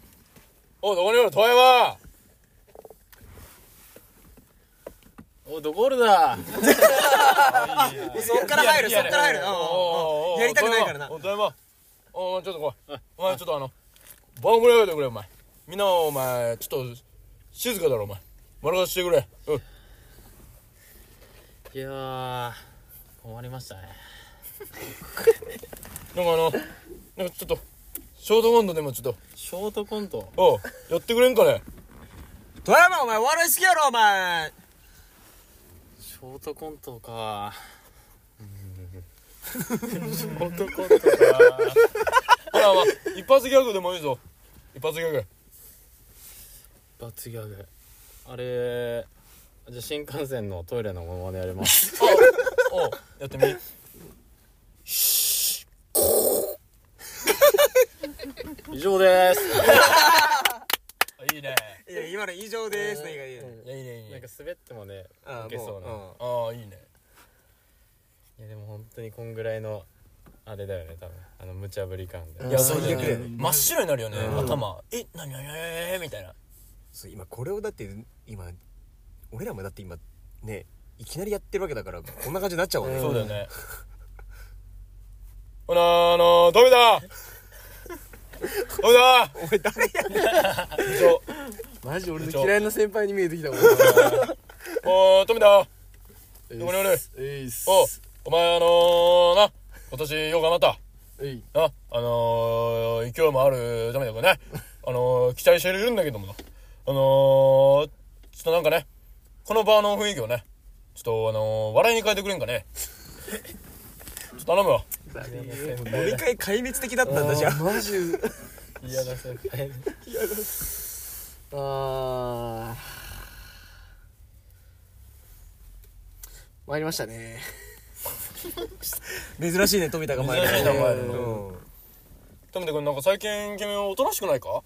Speaker 7: おいどこにおる富山
Speaker 2: おどこおるだ
Speaker 4: そっから入る
Speaker 7: リア
Speaker 4: そっ
Speaker 7: ル
Speaker 4: から入るうん
Speaker 7: おーおーおー
Speaker 4: やりたくないからな
Speaker 7: 富山おい富山お前ちょっと来いお前ちょっとあの場を盛り上げてくれお前みんなお前ちょっと静かだろお前丸出ししてくれうん
Speaker 2: いやー困りましたね
Speaker 7: なんかあのなんかちょっとショートコントでもちょっ
Speaker 2: ショートコント
Speaker 7: とおうやってくれんかね
Speaker 4: 富山お前お笑い好きやろお前
Speaker 2: ショートコントかショートコントか
Speaker 7: ほら、まあ、一発ギャグでもいいぞ一発ギャグ
Speaker 2: 罰ギャグあれじゃあ新幹線のトイレのものまでやります
Speaker 7: おうやってみ
Speaker 2: 以上です
Speaker 7: いいね
Speaker 4: いや今の以上ですねがいいね
Speaker 7: いやいいねい
Speaker 2: な
Speaker 7: い
Speaker 2: んか
Speaker 7: ね
Speaker 2: 滑ってもね
Speaker 4: あ
Speaker 2: いけそうな
Speaker 4: も
Speaker 7: ああいいね
Speaker 2: いやでも本当にこんぐらいのあれだよね多分あの無茶ぶり感で
Speaker 7: いやそう
Speaker 4: 最悪だよ
Speaker 7: 真っ白になるよね頭えなになになになにみたいな
Speaker 13: そう今これをだって今俺らもだって今ねいきなりやってるわけだからこんな感じになっちゃうわね、
Speaker 7: そうだよねほなあの富田富田お前誰やね
Speaker 3: マジ俺
Speaker 7: 部長
Speaker 3: の嫌いな先輩に見えてきたもん
Speaker 7: んおー富田どこにおる
Speaker 3: えいっす
Speaker 7: おうお前あのー、な今年よう頑張った
Speaker 3: えい
Speaker 7: なあのー、勢いもあるダメ だからねあのー、期待してるんだけどもなあのー、ちょっとなんかねこの場の雰囲気をねちょっとあのー、笑いに変えてくれんか ねちょっと頼むわ
Speaker 13: 飲み会壊滅的だったんだじゃん
Speaker 3: マジ
Speaker 2: 嫌な先輩
Speaker 3: あー参りましたね
Speaker 13: 珍しいね富田が前
Speaker 7: 珍しいねお前
Speaker 13: うん
Speaker 7: 富田君なんか最近君おとなしくないか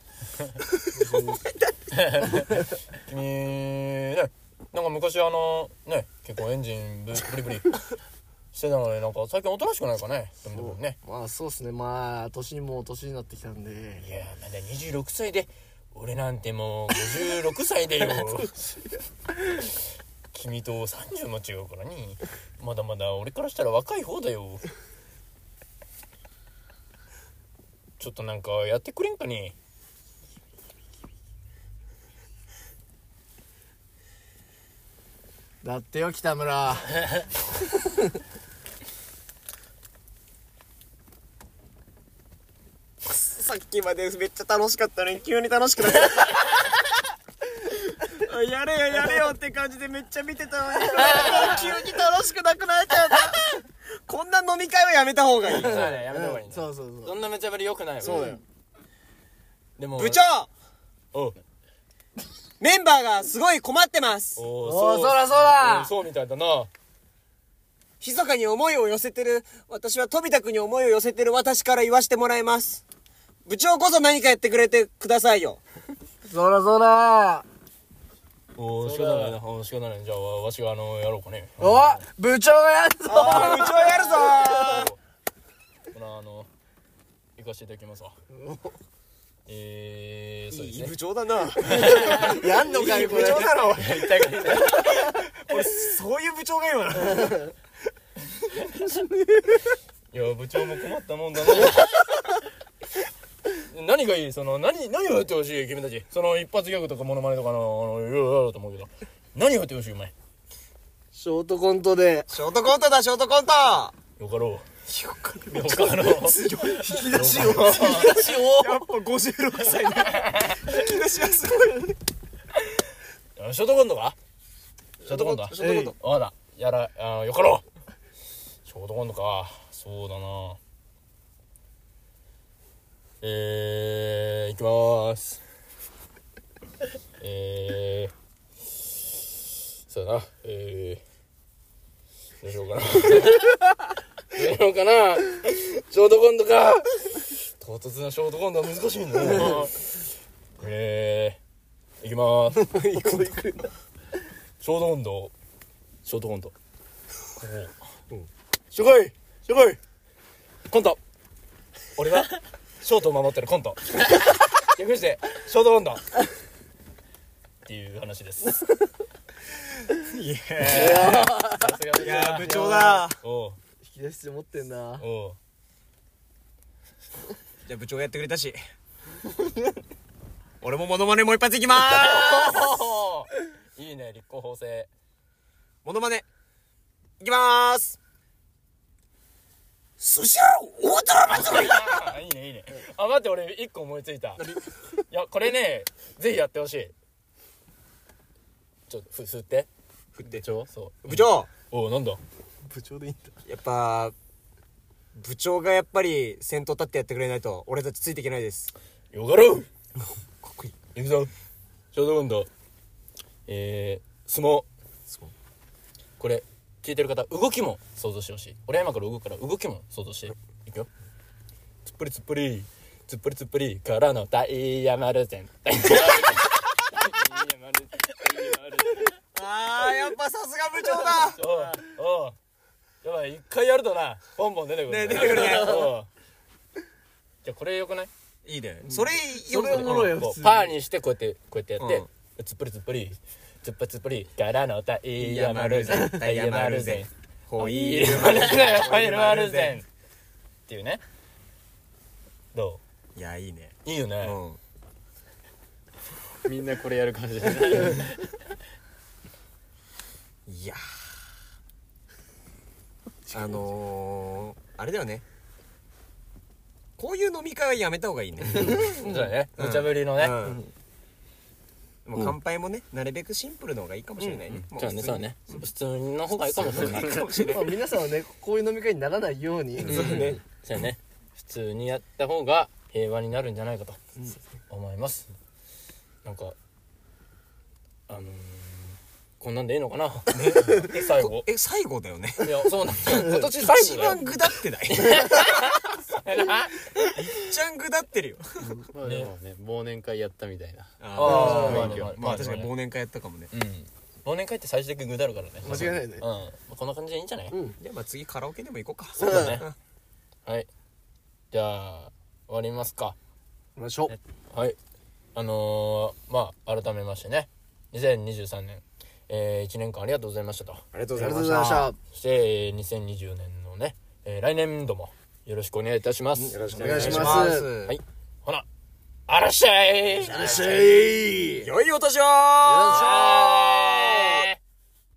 Speaker 7: 君ねなんか昔あのね結構エンジンブブリブリしてたのになんか最近おとなしくないかね富田君ね
Speaker 3: まあそうっすねまあ年も年になってきたんで
Speaker 7: いやまだ26歳で俺なんてもう56歳 だよ君と30も違うからにまだまだ俺からしたら若い方だよちょっとなんかやってくれんかね
Speaker 3: だってよ北村
Speaker 4: さっきまでめっちゃ楽しかったのに急に楽しくなった。やれよやれよって感じでめっちゃ見てた のに急に楽しくなくなっちゃった こんな飲み会はやめた方がいい
Speaker 7: そうだねやめた方がいいね
Speaker 3: そうそうそ
Speaker 7: そんなめちゃぶりよくないそうだよでも
Speaker 4: 部長
Speaker 7: おう
Speaker 4: メンバーがすごい困ってます
Speaker 7: お
Speaker 3: う
Speaker 7: う
Speaker 3: おお
Speaker 7: そう
Speaker 3: そらそら
Speaker 7: うんそうみたいだな
Speaker 4: 密かに思いを寄せてる私は飛田君に思いを寄せてる私から言わせてもらいます部長こそ何かやってくれてくださいよ
Speaker 3: そらそら
Speaker 7: おう仕方ないなおう仕方ないじゃあわわしがあのやろうかね
Speaker 3: お部長がやるぞ
Speaker 4: 部長やるぞ
Speaker 7: ほなあの行かせていただきますわえー、そうですね
Speaker 4: 長だな
Speaker 3: やんのかよこれ
Speaker 4: ろ
Speaker 7: 一体が
Speaker 4: そういう部長がいいわない
Speaker 7: や部長も困ったもんだな 何がいいその何何をやってほしい君たちその一発ギャグとかモノマネとかのあのいろいろあると思うけど何をやってほしいお前
Speaker 3: ショートコントで
Speaker 4: ショートコントだショートコント
Speaker 7: よかろうよかろうよかろう
Speaker 4: 引き出しを引き出しをやっぱ56歳だ引き出しはすごい
Speaker 7: ショートコントかショートコントショートコントわかったやらあよかろうショートコントかそうだなえー、いきまーすえー、そうだなえーどうしようかなどうしようかなショートコントか唐突なショートコントは難しいんだなえー、いきまーすショートコントショートコントすごいすごいコント俺はショートを守ってるコント略してショートコントっていう話です
Speaker 2: いや
Speaker 4: 部長だ
Speaker 7: おう
Speaker 3: 引き出し持ってんな
Speaker 7: おう
Speaker 13: じゃあ部長がやってくれたし俺もモノマネもう一発いきまーす
Speaker 7: お
Speaker 2: いいね立候補制
Speaker 6: モノマネ。いきまーす。寿司屋大トロ祭り
Speaker 2: あーいいねいいねあ待って俺一個思いついたいやこれねぜひやってほしいちょっとふ吸って振ってちょそう
Speaker 6: 部長
Speaker 2: おおなんだ
Speaker 3: 部長でいいんだ
Speaker 6: やっぱ、部長がやっぱり先頭立ってやってくれないと、俺たちついていけないです。
Speaker 2: よかろう
Speaker 6: かっこいい。
Speaker 2: 行くぞショートコントえー、相撲これ聞いてる方動きも想像してほしい俺は今から動くから動きも想像していくよつっぷりつっぷりつっぷりつっぷりからのダイヤマルゼンダイヤマルゼンダイヤマルゼン
Speaker 6: あー、やっぱさすが部長だ
Speaker 2: おうおうやばい一回やるとなボンボン出てくる
Speaker 6: ね
Speaker 2: ね
Speaker 6: 出てくるね
Speaker 2: おうじゃあこれよくない
Speaker 4: いいね
Speaker 6: それ、よく
Speaker 3: おもろいよ
Speaker 2: こ
Speaker 3: 普通
Speaker 2: う
Speaker 3: に
Speaker 2: パーにしてこうやってこうやってやって、つっぷりつっぷりつっぷりつっぷりからのタイヤマルゼンタイヤマルゼンホイールマルゼンホイールマルゼンっていうねど
Speaker 4: いやいいね
Speaker 2: ういいよね、
Speaker 7: みんなこれやる感じ
Speaker 4: いやーあのー、あれだよねこういう飲み会はやめた方がいいね
Speaker 2: そうだね無茶ぶりのね、
Speaker 4: うんもう乾杯もね、なるべくシンプルの方がいいかもしれないね、も
Speaker 2: じゃあねそうね普通の方がいいかもしれない
Speaker 3: まあ皆さんはねこういう飲み会にならないように
Speaker 2: ねそうやね普通にやった方が平和になるんじゃないかと思います、なんかあのー、こんなんでいいのかな、 最後
Speaker 4: え最後だよね
Speaker 2: いやそうなんだよ今年最後
Speaker 4: 一
Speaker 2: だよ
Speaker 4: 番ぐ だってない一番ぐだってるよ
Speaker 7: でもね忘年会やったみたいな
Speaker 2: あーまあね
Speaker 4: まあ、
Speaker 2: まあね
Speaker 4: 確かに忘年会やったかもね、
Speaker 2: うん忘年会って最終的にぐだるからね
Speaker 3: 間違いないね
Speaker 2: うんこんな感じでいいんじゃない、
Speaker 4: じゃあまあ次カラオケでも行こうか
Speaker 2: そうだねはいじゃあ終わりますか
Speaker 3: 行きましょう
Speaker 2: はい。あのー、まあ、改めましてね、2023年、えー、1年間ありがとうございましたと。
Speaker 4: ありがと
Speaker 3: ありがとうございました
Speaker 2: そして、えー2020年のね、えー、来年度もよろしくお願いいたします。よろしく
Speaker 3: お願いし
Speaker 2: す。
Speaker 3: ます
Speaker 2: はい。ほな、あらっしゃい
Speaker 3: いらっしゃい
Speaker 4: 良いお年を
Speaker 2: ゃい